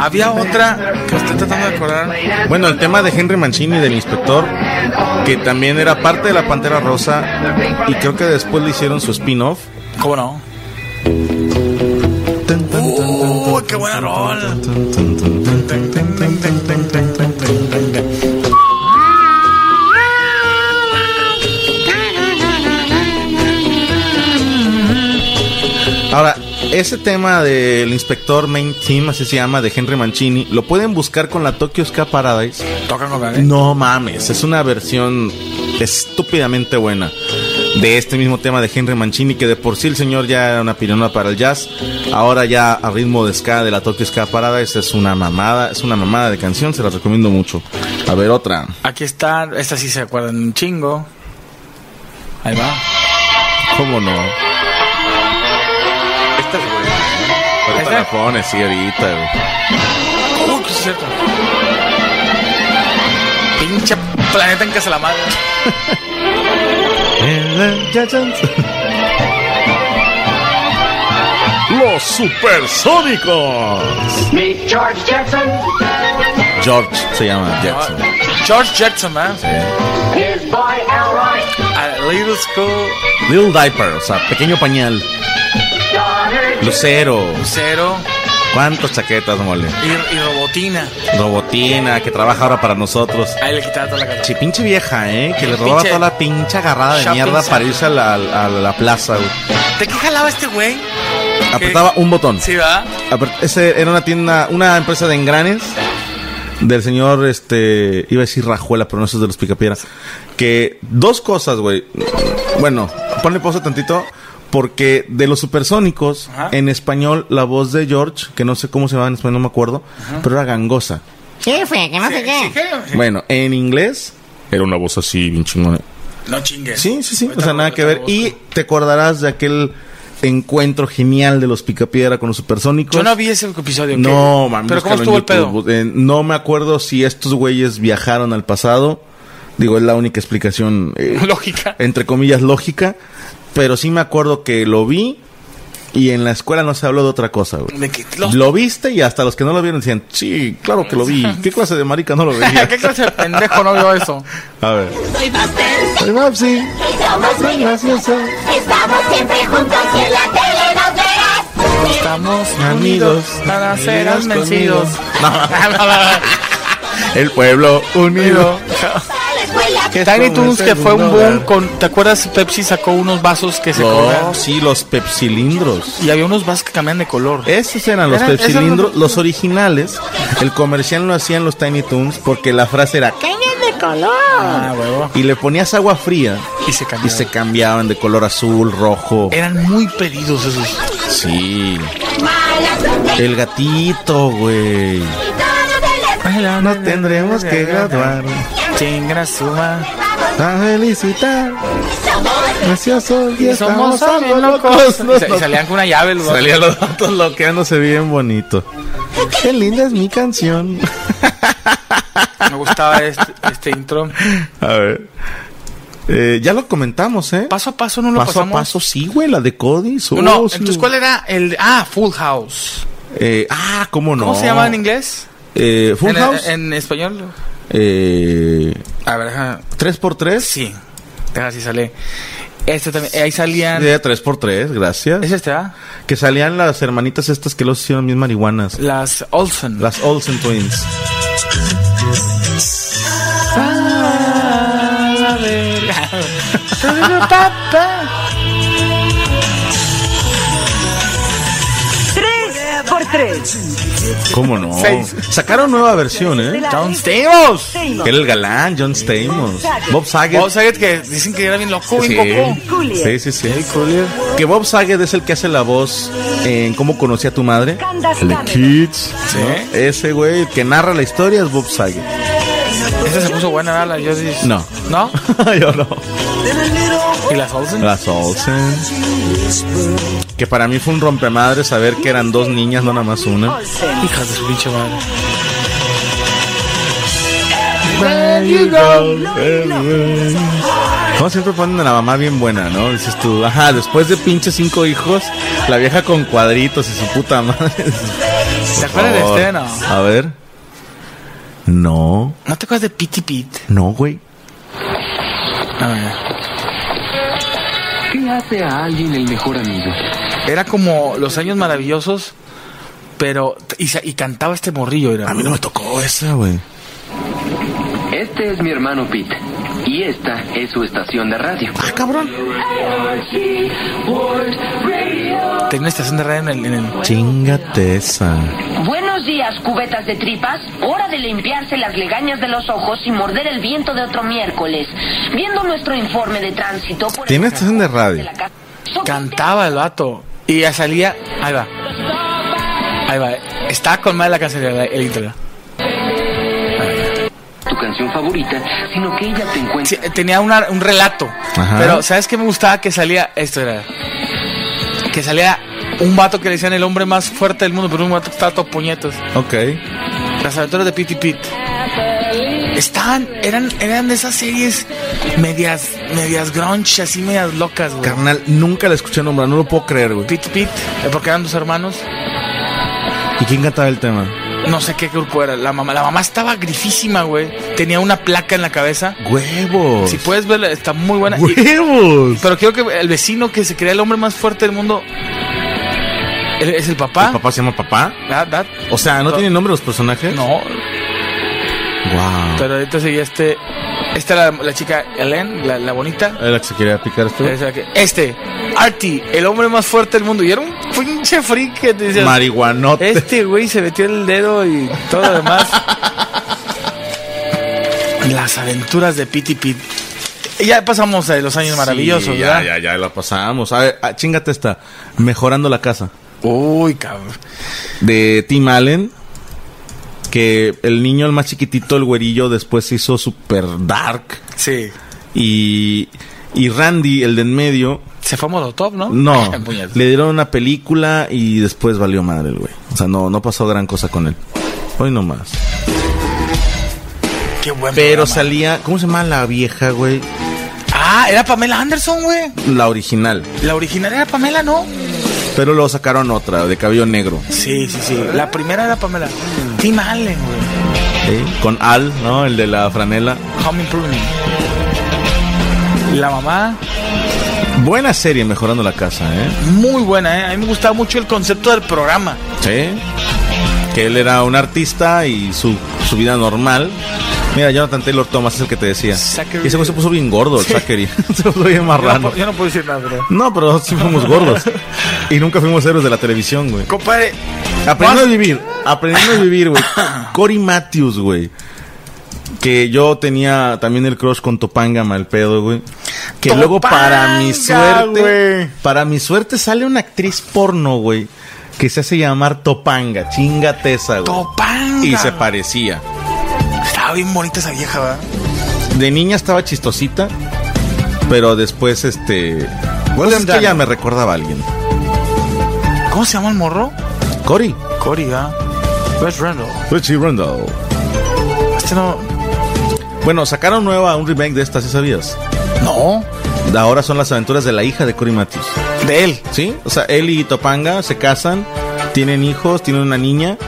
D: Había otra que estoy tratando de acordar.
E: Bueno, el tema de Henry Mancini del inspector, que también era parte de la Pantera Rosa y creo que después le hicieron su spin-off.
D: ¿Cómo no? ¡Uh, qué buena rol!
E: Ahora, ese tema del inspector main team, así se llama, de Henry Mancini, lo pueden buscar con la Tokyo Ska Paradise.
D: Tocan con la-
E: No mames, es una versión estúpidamente buena de este mismo tema de Henry Mancini, que de por sí el señor ya era una pirona para el jazz. Ahora ya a ritmo de ska de la Tokyo Ska Paradise es una mamada, es una mamada de canción, se la recomiendo mucho. A ver, otra.
D: Aquí está, esta sí se acuerdan un chingo. Ahí va.
E: ¿Cómo no? Esta es buena. ¿eh? Ahorita la pones, sí, ahorita, güey.
D: Uh, qué es cierto. Pinche planeta en que se la madre.
M: Los supersónicos.
F: Meet George Jetson.
E: George se llama Jackson.
D: George Jetson, ¿eh?
F: His boy Elroy.
D: A little school.
E: Little Diaper, o sea, pequeño pañal. Lucero.
D: Lucero.
E: ¿Cuántas chaquetas, mole?
D: Y, y robotina.
E: Robotina, que trabaja ahora para nosotros.
D: Ahí le quitaba toda la cara.
E: Che, pinche vieja, ¿eh? Que le robaba
D: Pinche-
E: toda la pinche agarrada de
D: Shopping
E: mierda
D: center.
E: para irse a la, a la plaza, güey.
D: ¿De qué jalaba este güey?
E: Apretaba un botón.
D: Sí, ¿verdad?
E: Apre- Ese era una tienda, una empresa de engranes del señor, este, iba a decir Rajuela, pero no eso es de los picapieras. Que dos cosas, güey. Bueno, ponle pausa tantito. Porque de los supersónicos,
D: Ajá.
E: en español, la voz de George, que no sé cómo se llama en español, no me acuerdo, pero era gangosa.
G: Jefe, que no sé qué.
E: Bueno, en inglés, era una voz así, bien chingona.
D: No chingues.
E: Sí, sí, sí. O sea, nada que ver. Y te acordarás de aquel encuentro genial de los Picapiedra con los supersónicos.
D: Yo no vi ese episodio. ¿qué?
E: pues, No, mami.
D: Pero ¿cómo estuvo
E: búscalo
D: el pedo?
E: en YouTube. Eh, no me acuerdo si estos güeyes viajaron al pasado. Digo, es la única explicación. eh,
D: Lógica.
E: Entre comillas, lógica. Pero sí me acuerdo que lo vi. Y en la escuela no se habló de otra cosa, güey.
D: ¿De qué? Los-
E: Lo viste y hasta los que no lo vieron decían, sí, claro que lo vi. ¿Qué clase de marica no lo veía?
D: ¿Qué clase de pendejo no vio eso?
E: A ver.
G: Soy Buster.
E: Soy Mapsi.
G: Somos muy graciosos. Estamos siempre juntos y en la tele nos verás.
D: Estamos
E: Amigos,
D: para ser
E: amigos
D: vencidos.
E: conmigo. El pueblo unido. Que
D: Tiny
E: es como
D: Toons
E: el
D: que fue un
E: segundo
D: boom
E: hogar.
D: con... ¿Te acuerdas? Pepsi sacó unos vasos que se
E: No,
D: colgaban.
E: sí, los pepsilindros.
D: Y había unos vasos que cambian de color.
E: Esos eran los
D: Eran- esos
E: pepsilindros, los originales. El comercial lo hacían los Tiny Toons porque la frase era
G: Cambian de color.
D: Ah, huevo.
E: y le ponías agua fría
D: Y se cambió.
E: y se cambiaban de color azul, rojo.
D: Eran muy pedidos esos.
E: Sí. El gatito, güey. Nos tendremos que graduar.
D: Chingra suma.
E: A felicitar. Graciosos y
D: Somos
E: estamos
D: algo
E: algo
D: locos.
E: locos.
D: Y sa- y salían con una llave. el vato.
E: Salían los datos loqueándose bien bonito. Qué linda es mi canción.
D: Me gustaba este, este intro.
E: A ver. Eh, ya lo comentamos, ¿eh?
D: Paso a paso no lo
E: paso
D: pasamos.
E: a paso, sí, güey, la de oh, Cody.
D: No, No,
E: Solos,
D: entonces,
E: lo-
D: ¿cuál era el. Ah, Full House.
E: Eh, ah, ¿cómo no?
D: ¿Cómo se llama en inglés?
E: Eh, Full
D: ¿En-
E: House.
D: En, español.
E: Eh,
D: A ver, ajá.
E: 3x3.
D: Sí. Deja si sale. Este también. eh, Ahí salían.
E: De 3x3, gracias.
D: ¿Es este, ah?
E: Que salían las hermanitas estas que los hicieron mis marihuanas.
D: Las Olsen.
E: Las Olsen Twins.
N: Tres por tres.
E: ¿Cómo no?
D: Seis.
E: Sacaron nueva versión, ¿eh?
D: John Stamos.
E: Que era el galán, John Stamos. Bob Saget.
D: Bob Saget, que Oh, dicen que era bien loco, bien coco.
E: Sí, sí, sí. Que Bob Saget es el que hace la voz en Cómo conocí a tu madre. El de Kids.
D: Sí.
E: ¿no? Ese güey el que narra la historia es Bob Saget.
D: Esa se puso buena, ¿verdad? La Jodie.
E: No.
D: ¿No?
E: Yo no.
D: ¿Y las Olsen?
E: Las Olsen. Que para mí fue un rompemadre saber que eran dos Ah. niñas, no nada más una.
D: Hijas de su pinche madre.
E: There you go. No, siempre ponen a la mamá bien buena, ¿no? Dices tú, ajá, después de pinche cinco hijos, la vieja con cuadritos y su puta madre.
D: ¿Se acuerdan de este, no?
E: A ver. No.
D: ¿No te acuerdas de Pity Pit?
E: No, güey.
D: A ver.
R: ¿Qué hace a alguien el mejor amigo?
D: Era como los años maravillosos, pero. Y, sa- y cantaba este morrillo, era.
E: A mí no me tocó esa, güey.
R: Este es mi hermano Pete. Y esta es su estación de radio.
D: Ah, cabrón. Tenía una estación de radio en el. En el...
E: Chingate esa.
S: Buenos días, cubetas de tripas. Hora de limpiarse las legañas de los ojos y morder el viento de otro miércoles. Viendo nuestro informe de tránsito por
E: Tiene estación de radio.
D: Cantaba el vato. Y ya salía. Ahí va. Ahí va. Está con más la canción, el, el intro.
R: Tu canción favorita, sino que ella te encuentra.
D: Sí, tenía una- un relato.
R: Ajá.
D: Pero, ¿sabes qué me gustaba? Que salía. Esto era. Que salía un vato que le decían el hombre más fuerte del mundo, pero un vato que estaba todo puñetos.
E: Ok.
D: Las aventuras de Pity Pit. Estaban, eran, eran de esas series medias, medias grunge, así medias locas, güey.
E: Carnal, nunca la escuché nombrar, no lo puedo creer, güey.
D: Pit Pit, eh, porque eran dos hermanos.
E: ¿Y quién cantaba el tema?
D: No sé qué grupo era. La mamá, la mamá estaba grifísima, güey. Tenía una placa en la cabeza.
E: ¡Huevos!
D: Si puedes verla, está muy buena. Y-
E: ¡Huevos!
D: pero quiero que el vecino que se crea el hombre más fuerte del mundo ¿el- es el papá.
E: ¿El papá se llama papá?
D: That- that-
E: O sea, ¿no tienen nombre los personajes?
D: No,
E: Wow.
D: pero entonces ya este. Esta era la, la chica Ellen, la, la bonita.
E: ¿Era la que se quería picar esto?
D: Esa que- Este, Artie, el hombre más fuerte del mundo. Y era un pinche freak que te decías,
E: Marihuanote.
D: Este güey se metió el dedo y todo lo demás. Las aventuras de Pity Pit. Ya pasamos a los años maravillosos,
E: Sí,
D: ¿verdad?
E: ya, ya, ya, la pasamos. A ver, ah, chingate esta. Mejorando la casa.
D: Uy, cabrón.
E: De Tim Allen. Que el niño, el más chiquitito, el güerillo, después se hizo super dark.
D: Sí.
E: Y, y Randy, el de en medio.
D: Se fue a Molotov, ¿no?
E: No,
D: Puñetas.
E: le dieron una película y después valió madre el güey. O sea, no, no pasó gran cosa con él. Hoy no más.
D: Qué buen
E: Pero
D: programa.
E: salía, ¿cómo se llama la vieja, güey?
D: Ah, era Pamela Anderson, güey.
E: La original.
D: La original era Pamela, ¿no?
E: Pero luego sacaron otra, de cabello negro.
D: Sí, sí, sí. La primera era Pamela. Tim Allen, güey.
E: ¿sí? Con Al, ¿no? El de la franela.
D: Home Improvement. La mamá,
E: Buena serie, Mejorando la Casa, ¿eh?
D: muy buena, ¿eh? A mí me gustaba mucho el concepto del programa.
E: Sí. Que él era un artista y su, su vida normal. Mira, Jonathan Taylor Thomas es el que te decía.
D: Zachary.
E: Y ese güey se puso bien gordo, el Zachary. se puso bien
D: Yo Ah, no,
E: marrano.
D: pu- yo no puedo decir nada, pero...
E: No, pero nosotros sí fuimos gordos. Y nunca fuimos héroes de la televisión, güey.
D: Compadre,
E: Aprendiendo a vivir. Aprendiendo a vivir, güey. Cory Matthews, güey. Que yo tenía también el crush con Topanga, mal pedo, güey. Que luego para mi
D: Topanga,
E: suerte... Para mi suerte sale una actriz porno, güey. Que se hace llamar Topanga. Chingate esa, güey.
D: Topanga.
E: Y se parecía.
D: Estaba bien bonita esa vieja, ¿verdad?
E: De niña estaba chistosita. Pero después, este... Bueno, es que ya me recordaba a alguien.
D: ¿Cómo se llama el morro?
E: Cory.
D: Cory, ¿verdad? Wes Randall.
E: Richie Randall.
D: Este no...
E: Bueno, sacaron nueva un remake de esta, ¿sí sabías?
D: No.
E: Ahora son las aventuras de la hija de Cory Matthews.
D: De él.
E: ¿Sí? O sea, él y Topanga se casan, tienen hijos, tienen una niña.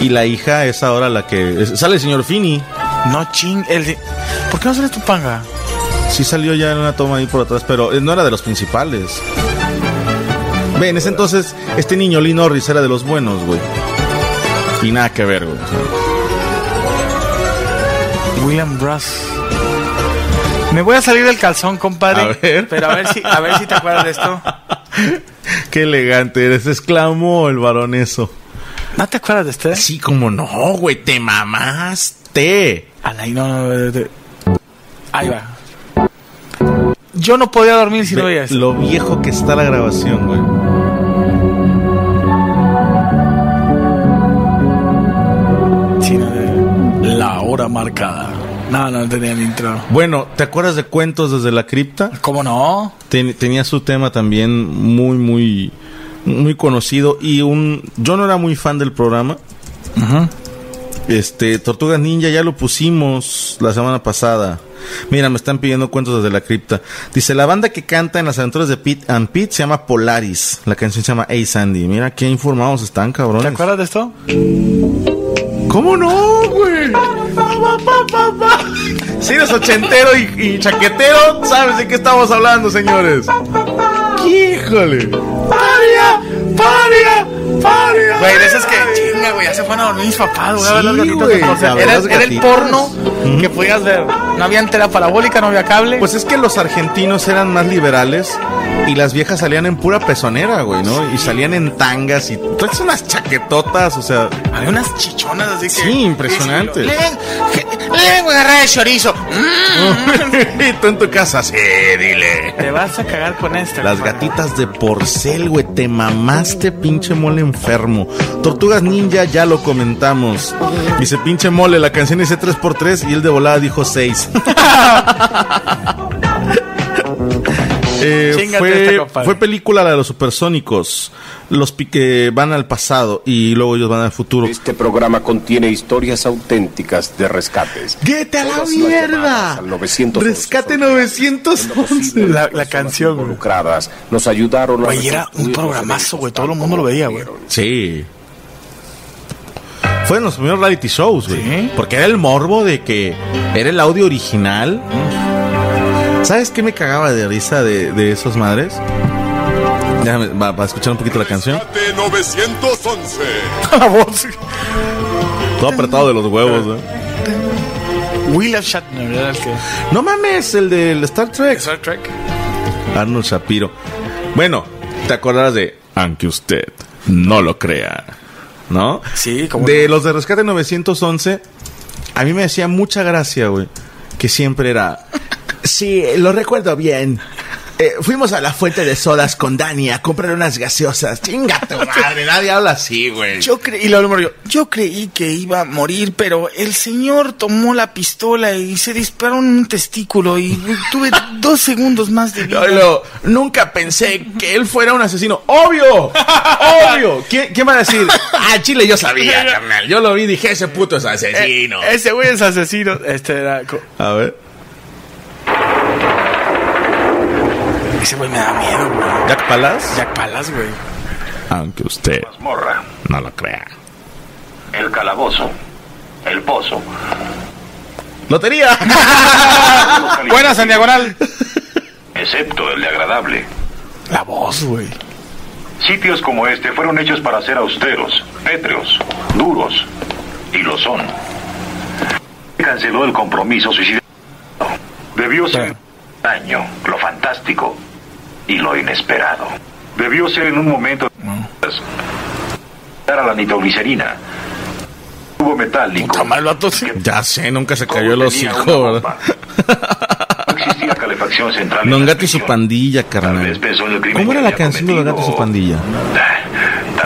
E: Y la hija es ahora la que. es- sale el señor Fini.
D: No ching... El de- ¿Por qué no sale Topanga?
E: Sí salió ya en una toma ahí por atrás, pero eh, no era de los principales. Ve, en ese entonces, este niño Lee Norris era de los buenos, güey. Y nada que ver, güey. O sea,
D: William Bruss. Me voy a salir del calzón, compadre.
E: A ver.
D: Pero a ver si, a ver si te acuerdas de esto.
E: Qué elegante eres, exclamó el baroneso.
D: ¿No te acuerdas de este?
E: Sí, como no, güey, te mamaste.
D: Alay, no, no, no, no, no. Ahí va. Yo no podía dormir si no
E: Ve
D: veía eso.
E: Lo viejo que está la grabación, güey.
D: Sí, no, no, no. La hora marcada. No, no tenía el intro.
E: Bueno, ¿te acuerdas de Cuentos desde la cripta?
D: ¿Cómo no?
E: Ten- tenía su tema también muy, muy, muy conocido y un. Yo no era muy fan del programa, Este, Tortugas Ninja ya lo pusimos la semana pasada. Mira, me están pidiendo cuentos desde la cripta. Dice, la banda que canta en las aventuras de Pete and Pete se llama Polaris. La canción se llama Hey Sandy. Mira qué informados están, cabrones.
D: ¿Te acuerdas de esto?
E: ¿Cómo no, güey?
D: Si eres ochentero y, y chaquetero, sabes de qué estamos hablando, señores.
E: ¡Híjole!
D: ¡Paria! ¡Paria! ¡Paria! Güey, de esas que chinga, güey, ya se fueron a dormir mis papás, güey, a ver
E: Sí,
D: los gatitos.
E: güey,
D: entonces,
E: a ver
D: era,
E: los
D: era el
E: gatitos.
D: porno que podías ver. No había antena parabólica, no había cable.
E: Pues es que los argentinos eran más liberales y las viejas salían en pura pezonera, güey, ¿no? Y salían en tangas y todas unas chaquetotas, o sea.
D: Había unas chichonas así que.
E: Sí, impresionante.
D: Le vengo- le vengo a agarrar el chorizo.
E: y tú en tu casa, sí, dile.
D: Te vas a cagar con este.
E: Las gatitas de porcel, güey. Te mamaste, pinche mole enfermo. Tortugas Ninja, ya lo comentamos. Dice pinche mole, la canción dice 3x3 y él de volada dijo 6. Eh,
D: Chíngate esta,
E: fue,
D: compadre.
E: fue película la de los supersónicos. Los pi- que van al pasado y luego ellos van al futuro.
T: Este programa contiene historias auténticas de rescates.
E: ¡Vete a la
T: Todas las llamadas
E: mierda!
T: al 900
E: Rescate 911.
D: La, canción, güey.
T: involucradas nos ayudaron a
D: Güey, era un
T: reconstruir
D: programazo, güey. Todo el mundo lo veía, güey.
E: Sí. Fue en los primeros reality shows, güey. Porque era el morbo de que era el audio original. ¿Sabes qué me cagaba de risa de, de esas madres? Déjame, va, va a escuchar un poquito la canción.
M: De 911.
D: La voz.
E: Todo apretado de los huevos, güey.
D: William Shatner era el que.
E: No mames, el del Star Trek.
D: Star Trek.
E: Arnold Shapiro. Bueno, te acordarás de Aunque usted no lo crea. ¿No?
D: Sí, como.
E: De los de Rescate 911, a mí me hacía mucha gracia, güey. Que siempre era. Sí, lo recuerdo bien. Eh, fuimos a la fuente de sodas con Dani a comprar unas gaseosas. Chinga tu madre, nadie habla así, güey.
D: Yo creí, y la broma, yo, yo creí que iba a morir, pero el señor tomó la pistola y se disparó en un testículo y tuve dos segundos más de vida.
E: nunca pensé que él fuera un asesino. ¡Obvio! ¡Obvio! ¿Quién, quién va a decir? Ah, Chile, yo sabía, carnal. Yo lo vi y dije, ese puto es asesino.
D: Eh, Ese güey es asesino. Este era. co-
E: A ver.
D: Ese güey me da miedo, güey.
E: Jack Palas.
D: Jack Palas, güey.
E: Aunque usted
I: Morra,
E: no lo crea.
I: el calabozo, el pozo.
E: ¡Lotería!
D: Buenas en diagonal.
I: Excepto el de agradable.
D: La voz, güey.
I: Sitios como este fueron hechos para ser austeros, pétreos, duros, y lo son. Canceló el compromiso suicida. Debió ser un año, lo fantástico y lo inesperado. Debió ser en un momento dar a la nitroglicerina. Tubo metálico.
E: Ya sé, nunca se cayó el
I: tenía
E: hocico,
I: una
E: ¿verdad?
I: No existía calefacción central. en la
E: Nongato y su
I: prisión.
E: pandilla,
I: vez
E: carnal.
I: pensó en el crimen
E: ¿Cómo
I: que
E: era la
I: había
E: canción de Nongato y su pandilla?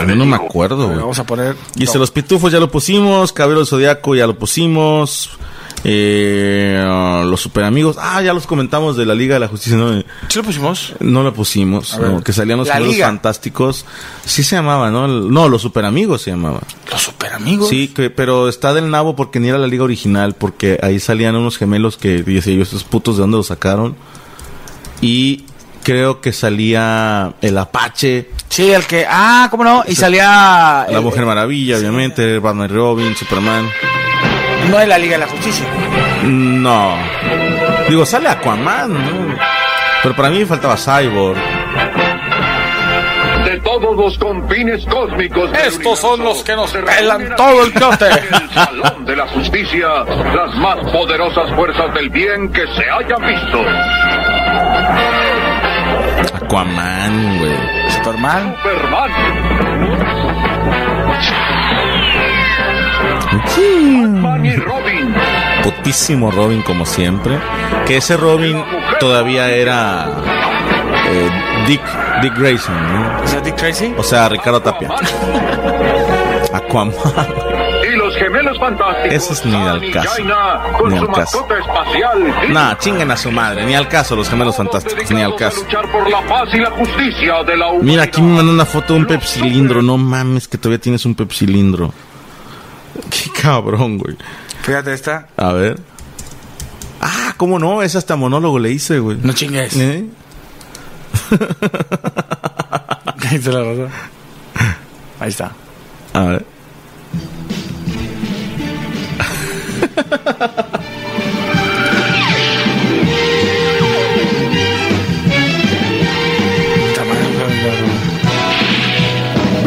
E: Yo no me acuerdo, güey.
D: Vamos a poner.
E: Dice, los pitufos ya lo pusimos, Cabello del Zodiaco ya lo pusimos, eh, ah, los superamigos, ah, ya los comentamos de la Liga de la Justicia, no,
D: ¿Sí lo pusimos?
E: no la pusimos,
D: A ver.
E: no, que salían los
D: La
E: Amigos
D: Liga.
E: fantásticos, sí se llamaba, ¿no? El- No, los superamigos se llamaba.
D: Los superamigos.
E: Sí, que- pero está del nabo porque ni era la liga original, porque ahí salían unos gemelos que dice yo, estos putos de dónde los sacaron. Y creo que salía el Apache,
D: Sí, el que. Ah, ¿cómo no? Y salía.
E: la
D: el-
E: Mujer Maravilla, obviamente, Batman y Robin, Superman.
D: No de la Liga de la Justicia.
E: No. Digo, sale Aquaman, ¿no? Pero para mí faltaba Cyborg.
I: De todos los confines cósmicos.
D: Estos son los que nos pelan todo el cote.
I: Salón de la justicia, las más poderosas fuerzas del bien que se hayan visto.
E: Aquaman, güey.
D: Superman.
I: Superman, Batman y Robin.
E: Putísimo Robin, como siempre. Que ese Robin todavía era eh, Dick, Dick Grayson, ¿no?
D: ¿Es Dick Tracy?
E: O sea, Ricardo Tapia. Aquaman.
I: Y los gemelos fantásticos.
E: Ese es ni al caso.
I: Jaina, con
E: Ni
I: su
E: al caso.
I: mascota espacial.
E: Nah, chinguen a su madre. Ni al caso, los gemelos fantásticos. Ni al caso.
I: Luchar por la paz y la justicia de la humanidad.
E: Mira, aquí me mandó una foto de un pepsilindro. No mames, que todavía tienes un pepsilindro. Qué cabrón, güey.
D: Fíjate esta.
E: A ver. Ah, ¿cómo no? Es hasta monólogo le hice, güey.
D: No chingues.
E: ¿Eh?
D: Ahí está la razón. Ahí está.
E: A ver.
D: Está mal, está mal, está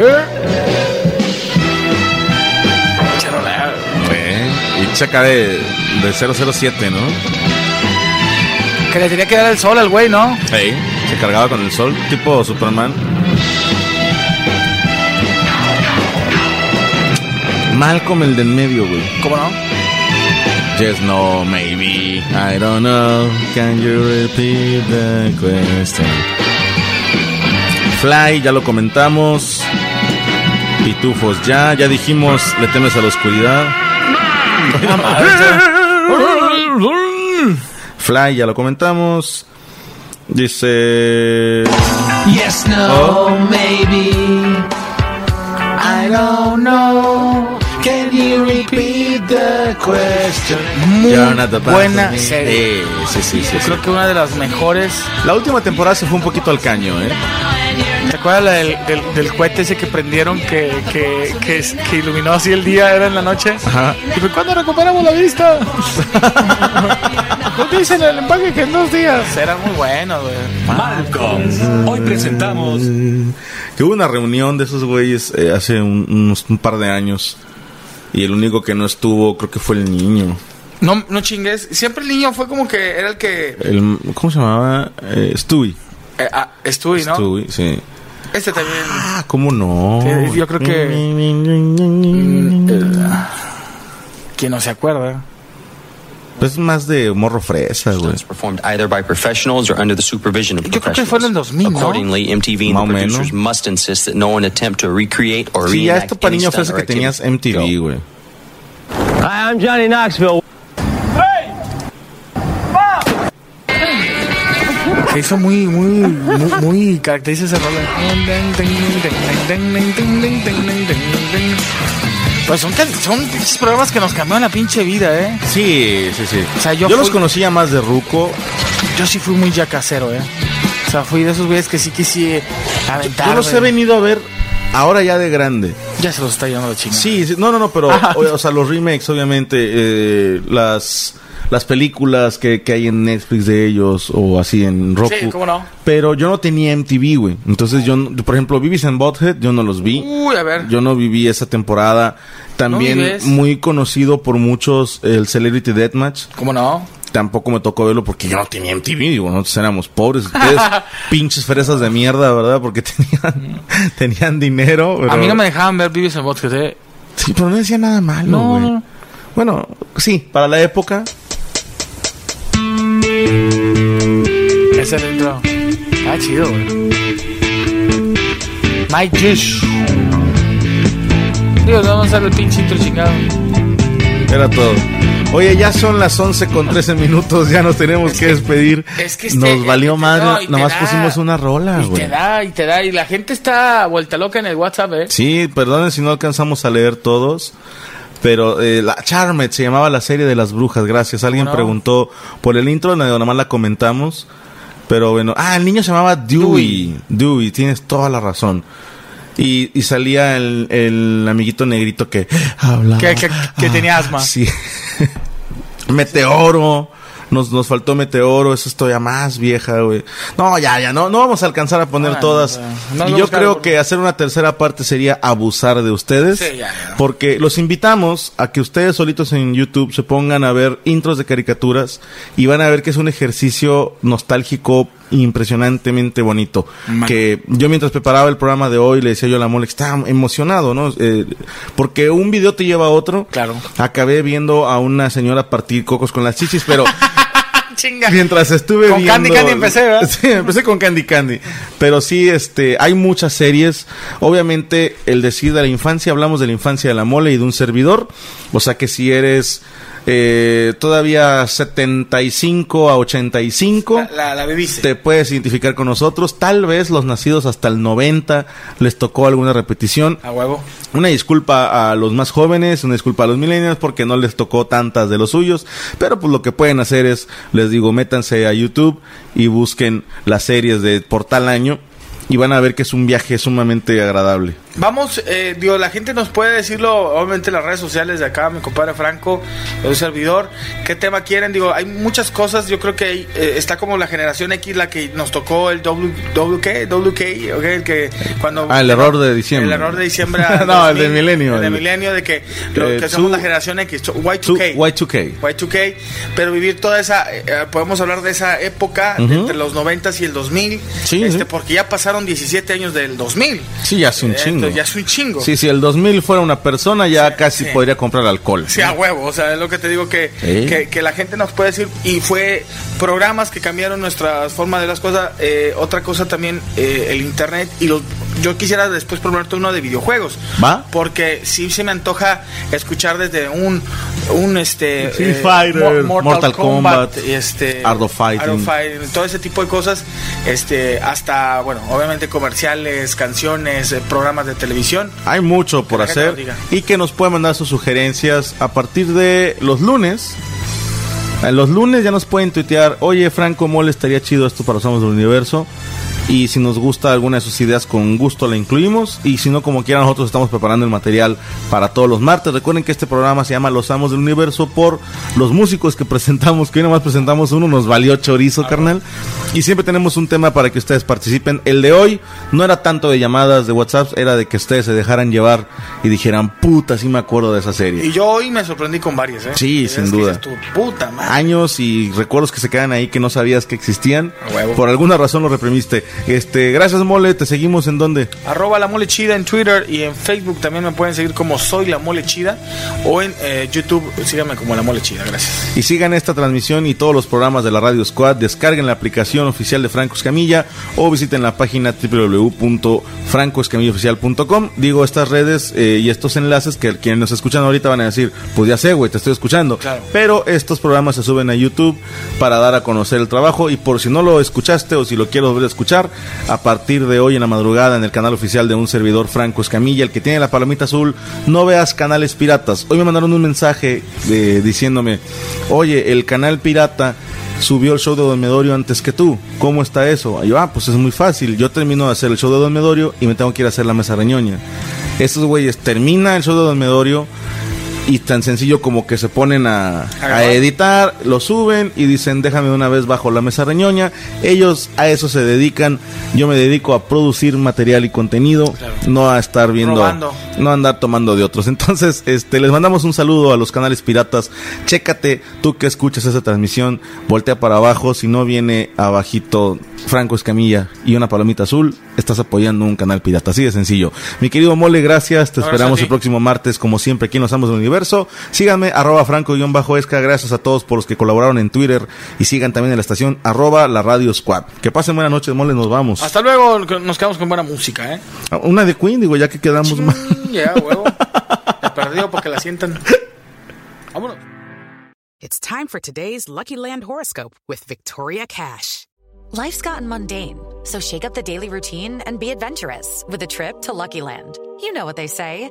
D: mal. Charola.
E: Eh, Y chaca de, de 007, ¿no?
D: Que le tenía que dar el sol al güey, ¿no?
E: Ahí. Se cargaba con el sol, tipo Superman. Malcolm el del medio, güey.
D: ¿Cómo no?
E: Yes, no, maybe. I don't know. Can you repeat the question? Fly, ya lo comentamos. Pitufos, ya. Ya dijimos, le temes a la oscuridad. Fly, ya lo comentamos. Dice.
N: Yes, no, maybe. I don't know. Can you repeat the question?
D: Muy
E: You're not the
D: buena
E: best of me.
D: serie.
E: Sí, sí, sí, sí, sí.
D: Creo que una de las mejores.
E: La última temporada se fue un poquito al caño, ¿eh?
D: ¿Te acuerdas la del, del, del cohete ese que prendieron que, que, que, que iluminó así el día, era en la noche?
E: Ajá.
D: Y fue cuando recuperamos la vista. Nos dicen el empaque que en dos días. Era muy bueno, güey.
E: Malcolm, hoy presentamos. Que hubo una reunión de esos güeyes eh, hace un, unos- un par de años. Y el único que no estuvo, creo que fue el niño.
D: No, no chingues. Siempre el niño fue como que era el que
E: El, ¿Cómo se llamaba? Eh, Stewie.
D: eh, ah, Stewie, ¿no?
E: Stewie, sí.
D: Este también.
E: Ah, ¿cómo no?
D: Eh, yo creo que- Mm, eh, que no se acuerda.
E: Es más de morro fresa, güey.
U: performed either by professionals or under the supervision of
D: Yo creo que fue en el
U: professionals.
D: 2000, ¿no?
U: Accordingly, MTV
E: Más o
U: and the
E: menos.
U: producers must insist that no one attempt to recreate or
E: Sí, ya
U: reenact
E: esto para
U: any
E: niño
U: stunt
E: fresa
U: or
E: que
U: activity.
E: tenías MTV, güey.
V: Hi, I'm Johnny Knoxville.
D: Que hizo muy, muy, muy, muy caracteriza ese rol. Pues son, can- son pinches programas que nos cambiaron la pinche vida, ¿eh?
E: Sí, sí, sí.
D: sea,
E: yo
D: yo
E: los
D: fui-
E: conocía más de Ruco.
D: Yo sí fui muy ya casero, ¿eh? O sea, fui de esos güeyes que sí quise aventar.
E: Yo los he
D: güey.
E: venido a ver ahora ya de grande.
D: Ya se los está llevando la chingada.
E: Sí, sí, no, no, no, pero,
D: Ah.
E: o, o sea, los remakes, obviamente, eh, las, las películas que, que hay en Netflix de ellos o así en Roku.
D: cómo no.
E: Pero yo no tenía MTV, güey. Entonces yo, no- por ejemplo, Vivis and Bothead, yo no los vi.
D: Uy, a ver.
E: Yo no viví esa temporada. También
D: ¿No vives?
E: muy conocido por muchos el Celebrity Deathmatch.
D: ¿Cómo no?
E: Tampoco me tocó verlo porque yo no tenía MTV. Digo, nosotros éramos pobres. Ustedes, pinches fresas de mierda, ¿verdad? Porque tenían, tenían dinero.
D: A
E: pero-
D: mí no me dejaban ver Vives en Bosques, ¿eh?
E: Sí, pero no decía nada malo,
D: No,
E: güey.
D: no.
E: Bueno, sí, para la época.
D: Ese era el intro. Ah, chido, güey. Mike Juice. Digo, no vamos a ver el pinche intro chingado.
E: Era todo. Oye, ya son las 11 con 13 minutos, ya nos tenemos que despedir.
D: es que este-
E: nos valió madre,
D: no, y te
E: nomás
D: da-
E: pusimos una rola,
D: Y te
E: güey.
D: da, y te da. Y la gente está vuelta loca en el WhatsApp, ¿eh?
E: Sí, perdonen si no alcanzamos a leer todos, pero eh, la Charmed se llamaba la serie de las brujas, gracias. Alguien
D: ¿Cómo no?
E: preguntó por el intro, nada más la comentamos, pero bueno. Ah, el niño se llamaba Dewey. Dewey, tienes toda la razón. Y, y salía el, el amiguito negrito que hablaba.
D: Que, que- que tenía asma.
E: Sí. Meteoro. Nos, nos faltó Meteoro, eso es todavía más vieja, güey. No, ya, ya, no, no vamos a alcanzar a poner
D: Ah, no,
E: todas.
D: güey. No
E: y
D: lo
E: yo
D: buscar
E: creo
D: por-
E: que hacer una tercera parte sería abusar de ustedes.
D: Sí, ya, ya.
E: Porque los invitamos a que ustedes solitos en YouTube se pongan a ver intros de caricaturas y van a ver que es un ejercicio nostálgico impresionantemente bonito.
D: Man.
E: Que yo mientras preparaba el programa de hoy le decía yo a la Mole que estaba emocionado, ¿no? Eh, porque un video te lleva a otro.
D: Claro.
E: Acabé viendo a una señora partir cocos con las chichis, pero
D: Chinga.
E: mientras estuve
D: Con
E: viendo-
D: Candy Candy empecé, ¿verdad?
E: Sí, empecé con Candy Candy. Pero sí, este, hay muchas series. Obviamente, el decir de la infancia, hablamos de la infancia de la mole y de un servidor. O sea que si eres eh, todavía 75 a 85.
D: La, la, la bebiste.
E: Te puedes identificar con nosotros. Tal vez los nacidos hasta el 90 les tocó alguna repetición.
D: A huevo.
E: Una disculpa a los más jóvenes, una disculpa a los millennials porque no les tocó tantas de los suyos. Pero pues lo que pueden hacer es, les digo, métanse a YouTube y busquen las series de por tal año y van a ver que es un viaje sumamente agradable.
D: Vamos, eh, digo, la gente nos puede decirlo, obviamente en las redes sociales de acá, mi compadre Franco, el servidor, qué tema quieren, digo, hay muchas cosas, yo creo que eh, está como la generación X, la que nos tocó el w, WK, WK, okay, el que cuando...
E: Ah, el error de diciembre.
D: El error de diciembre. ah,
E: no, el de milenio.
D: El de milenio de que, lo, que eh, somos two, la generación X, Y2K. Pues,
E: Y2K.
D: Y2K, pero vivir toda esa, eh, podemos hablar de esa época, uh -huh. de entre los 90 y el 2000, sí, este, sí. porque ya pasaron 17 años del 2000.
E: Sí, ya es un chingo.
D: ya es un chingo.
E: Sí, si el 2000 fuera una persona, ya sí, casi sí. podría comprar alcohol.
D: Sí, a huevo. O sea, es lo que te digo que, sí. que, que, la gente nos puede decir. Y fue programas que cambiaron nuestra forma de las cosas. Eh, otra cosa también, eh, el internet y los. Yo quisiera después probarte uno de videojuegos.
E: ¿Va?
D: Porque sí se me antoja escuchar desde un. un este,
E: eh, Fighter, Mortal, Mortal Kombat, Kombat,
D: este,
E: Art of Fighting. Art of
D: Fighting, todo ese tipo de cosas. este Hasta, bueno, obviamente comerciales, canciones, eh, programas de televisión.
E: Hay mucho por hacer y que nos pueden mandar sus sugerencias a partir de los lunes. Eh, Los lunes ya nos pueden tuitear, oye Franco Mole, estaría chido esto para Somos del Universo. Y si nos gusta alguna de sus ideas, con gusto la incluimos. Y si no, como quieran, nosotros estamos preparando el material para todos los martes. Recuerden que este programa se llama Los Amos del Universo por los músicos que presentamos, que hoy nomás presentamos uno, nos valió chorizo, ah, carnal. Y siempre tenemos un tema para que ustedes participen. El de hoy no era tanto de llamadas de WhatsApp, era de que ustedes se dejaran llevar y dijeran, puta, sí me acuerdo de esa serie.
D: Y yo hoy me sorprendí con varias, ¿eh?
E: Sí,
D: y
E: sin duda.
D: Tu puta madre.
E: Años y recuerdos que se quedan ahí que no sabías que existían. Huevo. Por alguna razón lo reprimiste. Este, gracias Mole, te seguimos en dónde?
D: Arroba la mole chida en Twitter y en Facebook también me pueden seguir como soy la mole chida o en eh, YouTube síganme como la mole chida, gracias.
E: Y sigan esta transmisión y todos los programas de la Radio Squad, descarguen la aplicación oficial de Franco Escamilla o visiten la página www.francoescamillaoficial.com. Digo, estas redes eh, y estos enlaces que quienes nos escuchan ahorita van a decir, pues ya sé, güey, te estoy escuchando. Claro. Pero estos programas se suben a YouTube para dar a conocer el trabajo y por si no lo escuchaste o si lo quieres volver a escuchar, a partir de hoy en la madrugada en el canal oficial de un servidor Franco Escamilla, el que tiene la palomita azul, no veas canales piratas. Hoy me mandaron un mensaje eh, diciéndome, oye, el canal pirata subió el show de Don Medorio antes que tú. ¿Cómo está eso? Y yo, ah, pues es muy fácil. Yo termino de hacer el show de Don Medorio y me tengo que ir a hacer la mesa reñoña. Estos güeyes termina el show de Don Medorio y tan sencillo como que se ponen a, a, editar, lo suben y dicen déjame una vez bajo la mesa reñoña. Ellos a eso se dedican. Yo me dedico a producir material y contenido, claro. no a estar viendo,
D: Robando.
E: no a andar tomando de otros. Entonces, este, les mandamos un saludo a los canales piratas. Chécate tú que escuchas esa transmisión, voltea para abajo. Si no viene abajito Franco Escamilla y una palomita azul, estás apoyando un canal pirata. Así de sencillo. Mi querido Mole, gracias. Te gracias esperamos el próximo martes, como siempre, aquí en Los Amos del Universo. Síganme, arroba franco-esca. Gracias a todos por los que colaboraron en Twitter. Y sigan también en la estación, arroba la radio squad. Que pasen buenas noches, mole, nos vamos.
D: Hasta luego, nos quedamos con buena música, ¿eh?
E: Una de Queen, digo, ya que quedamos
D: Ching,
E: mal.
D: Ya, huevo. perdido porque la sientan. Vámonos.
B: It's time for today's Lucky Land horoscope with Victoria Cash. Life's gotten mundane, so shake up the daily routine and be adventurous with a trip to Lucky Land. You know what they say.